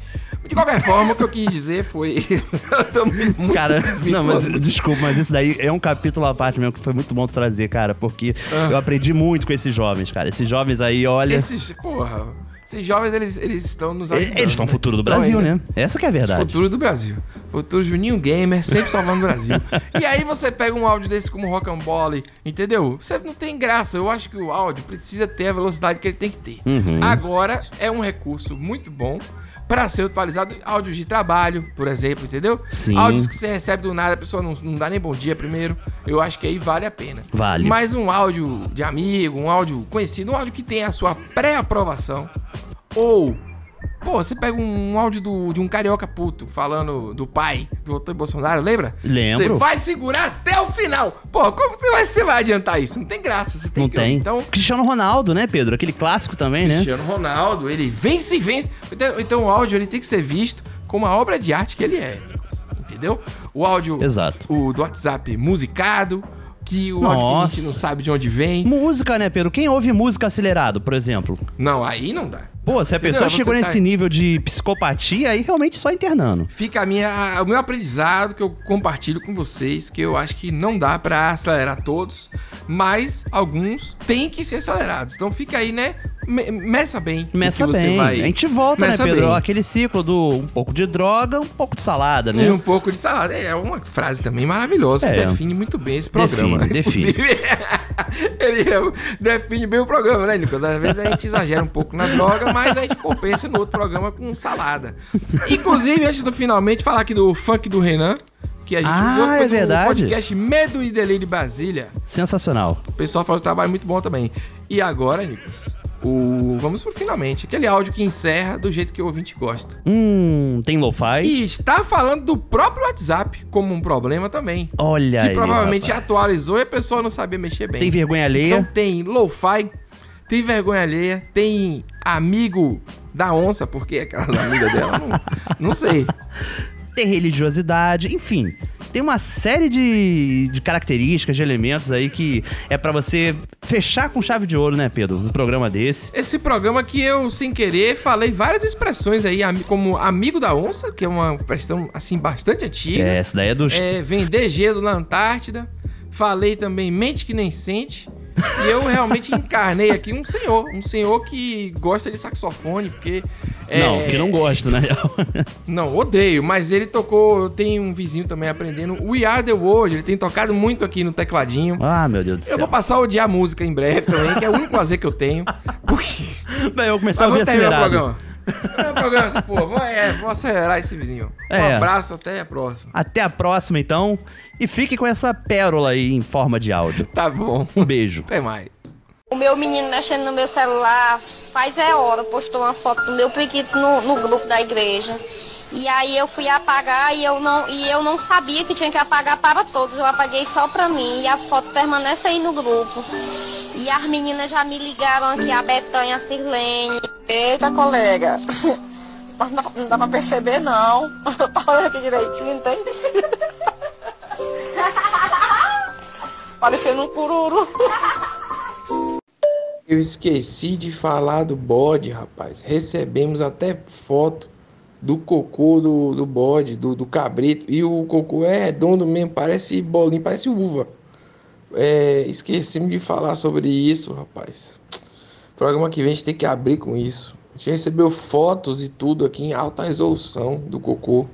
Speaker 2: De qualquer forma, o que eu quis dizer foi. eu tô muito
Speaker 3: Cara, não,
Speaker 2: desvirtuoso.
Speaker 3: mas desculpa, mas isso daí é um capítulo à parte mesmo que foi muito bom tu trazer, cara, porque eu aprendi muito com esses jovens, cara. Esses jovens aí, olha.
Speaker 2: Ah. Esses, porra, esses jovens, eles, eles estão nos
Speaker 3: Eles
Speaker 2: ajudando.
Speaker 3: são o
Speaker 2: né?
Speaker 3: futuro do
Speaker 2: Estão
Speaker 3: Brasil,
Speaker 2: aí,
Speaker 3: né? Essa que é a verdade.
Speaker 2: Futuro do Brasil. Futuro Juninho Gamer, sempre salvando o Brasil. E aí você pega um áudio desse como Rock'n'Ball, entendeu? Você não tem graça. Eu acho que o áudio precisa ter a velocidade que ele tem que ter.
Speaker 3: Uhum.
Speaker 2: Agora é um recurso muito bom para ser utilizado em áudios de trabalho, por exemplo, entendeu?
Speaker 3: Sim.
Speaker 2: Áudios que você recebe do nada, a pessoa não, não dá nem bom dia primeiro. Eu acho que aí vale a pena.
Speaker 3: Vale.
Speaker 2: Mas um áudio de amigo, um áudio conhecido, um áudio que tem a sua pré-aprovação. Ou, pô, você pega um áudio do- de um carioca puto falando do pai que votou em Bolsonaro, lembra?
Speaker 3: Lembro.
Speaker 2: Você vai segurar até o final. Pô, como você vai, você vai adiantar isso? Não tem graça. Você tem
Speaker 3: Não
Speaker 2: que-
Speaker 3: tem.
Speaker 2: Então,
Speaker 3: Cristiano Ronaldo, né, Pedro? Aquele clássico também, né?
Speaker 2: Cristiano Ronaldo, ele vence e vence. Então- Então o áudio ele tem que ser visto como a obra de arte que ele é. Entendeu? O áudio é
Speaker 3: Exato.
Speaker 2: O do WhatsApp musicado, que o áudio que a gente
Speaker 3: Nossa.
Speaker 2: não sabe de onde vem.
Speaker 3: Música, né, Pedro? Quem ouve música acelerado, por exemplo?
Speaker 2: Não, aí não dá.
Speaker 3: Pô, se a
Speaker 2: Entendeu?
Speaker 3: pessoa
Speaker 2: Você
Speaker 3: chegou
Speaker 2: tá-
Speaker 3: nesse nível de psicopatia, aí realmente só internando.
Speaker 2: Fica a minha, o meu aprendizado que eu compartilho com vocês, que eu acho que não dá pra acelerar todos, mas alguns têm que ser acelerados. Então fica aí, né? Me- Meça bem. o
Speaker 3: Começa
Speaker 2: que você
Speaker 3: bem.
Speaker 2: vai-
Speaker 3: A gente volta,
Speaker 2: Meça
Speaker 3: né, Pedro?
Speaker 2: bem.
Speaker 3: Aquele ciclo do um pouco de droga, um pouco de salada, né?
Speaker 2: E um pouco de salada. É uma frase também maravilhosa que
Speaker 3: É.
Speaker 2: define muito bem esse programa. né?
Speaker 3: Define,
Speaker 2: Inclusive, ele é o- define bem o programa, né, Nicolas? Às vezes a gente exagera um pouco na droga, mas a gente compensa no outro programa com salada. Inclusive, antes do finalmente falar aqui do funk do Renan, que a gente
Speaker 3: Ah,
Speaker 2: usou
Speaker 3: é verdade.
Speaker 2: podcast Medo e Delírio de Brasília.
Speaker 3: Sensacional.
Speaker 2: O pessoal faz um trabalho muito bom também. E agora, Nicolas, o... vamos pro finalmente. Aquele áudio que encerra do jeito que o ouvinte gosta.
Speaker 3: Hum, tem lo-fi?
Speaker 2: E está falando do próprio WhatsApp como um problema também.
Speaker 3: Olha
Speaker 2: que
Speaker 3: aí,
Speaker 2: provavelmente
Speaker 3: rapaz.
Speaker 2: atualizou e a pessoa não sabia mexer bem.
Speaker 3: Tem vergonha alheia.
Speaker 2: Então tem lo-fi, tem vergonha alheia, tem amigo da onça, porque aquelas amigas dela, não, não sei.
Speaker 3: Tem religiosidade, enfim. Tem uma série de, de características, de elementos aí que é pra você fechar com chave de ouro, né, Pedro? Um programa desse.
Speaker 2: Esse programa que eu, sem querer, falei várias expressões aí, ami- como amigo da onça, que é uma expressão, assim, bastante antiga.
Speaker 3: É, essa daí é dos.
Speaker 2: É, vender gelo na Antártida. Falei também mente que nem sente. E eu realmente encarnei aqui um senhor. Um senhor que gosta de saxofone, porque. é,
Speaker 3: Não, que não gosto, né?
Speaker 2: Não, odeio, mas ele tocou. Tem um vizinho também aprendendo. We Are the World. Ele tem tocado muito aqui no tecladinho.
Speaker 3: ah, meu Deus do
Speaker 2: Eu
Speaker 3: céu.
Speaker 2: vou passar a odiar música em breve também, que é o único prazer que eu tenho.
Speaker 3: Bem, eu vou começar a
Speaker 2: Mas
Speaker 3: ouvir
Speaker 2: vamos terminar o
Speaker 3: acelerado.
Speaker 2: programa. Não é programa essa porra. Vou, é, vou acelerar esse vizinho. Um
Speaker 3: É.
Speaker 2: abraço, até a próxima.
Speaker 3: Até a próxima, então. E fique com essa pérola aí em forma de áudio.
Speaker 2: Tá bom.
Speaker 3: Um beijo.
Speaker 2: Até mais.
Speaker 19: O meu menino mexendo no meu celular faz é hora, postou uma foto do meu periquito no, no grupo da igreja. E aí eu fui apagar e eu, não, e eu não sabia que tinha que apagar para todos, eu apaguei só para mim e a foto permanece aí no grupo. E as meninas já me ligaram aqui, a Betanha, a Sirlene.
Speaker 20: Eita, colega. Mas não, não dá pra perceber, não. Olha que direitinho, tem. Parecendo um cururu.
Speaker 2: Eu esqueci de falar do bode, rapaz. Recebemos até foto do cocô do, do bode, do, do cabrito. E o cocô é redondo mesmo, parece bolinho, parece uva. É, esquecemos de falar sobre isso, rapaz. Programa que vem a gente tem que abrir com isso. A gente recebeu fotos e tudo aqui em alta resolução do cocô.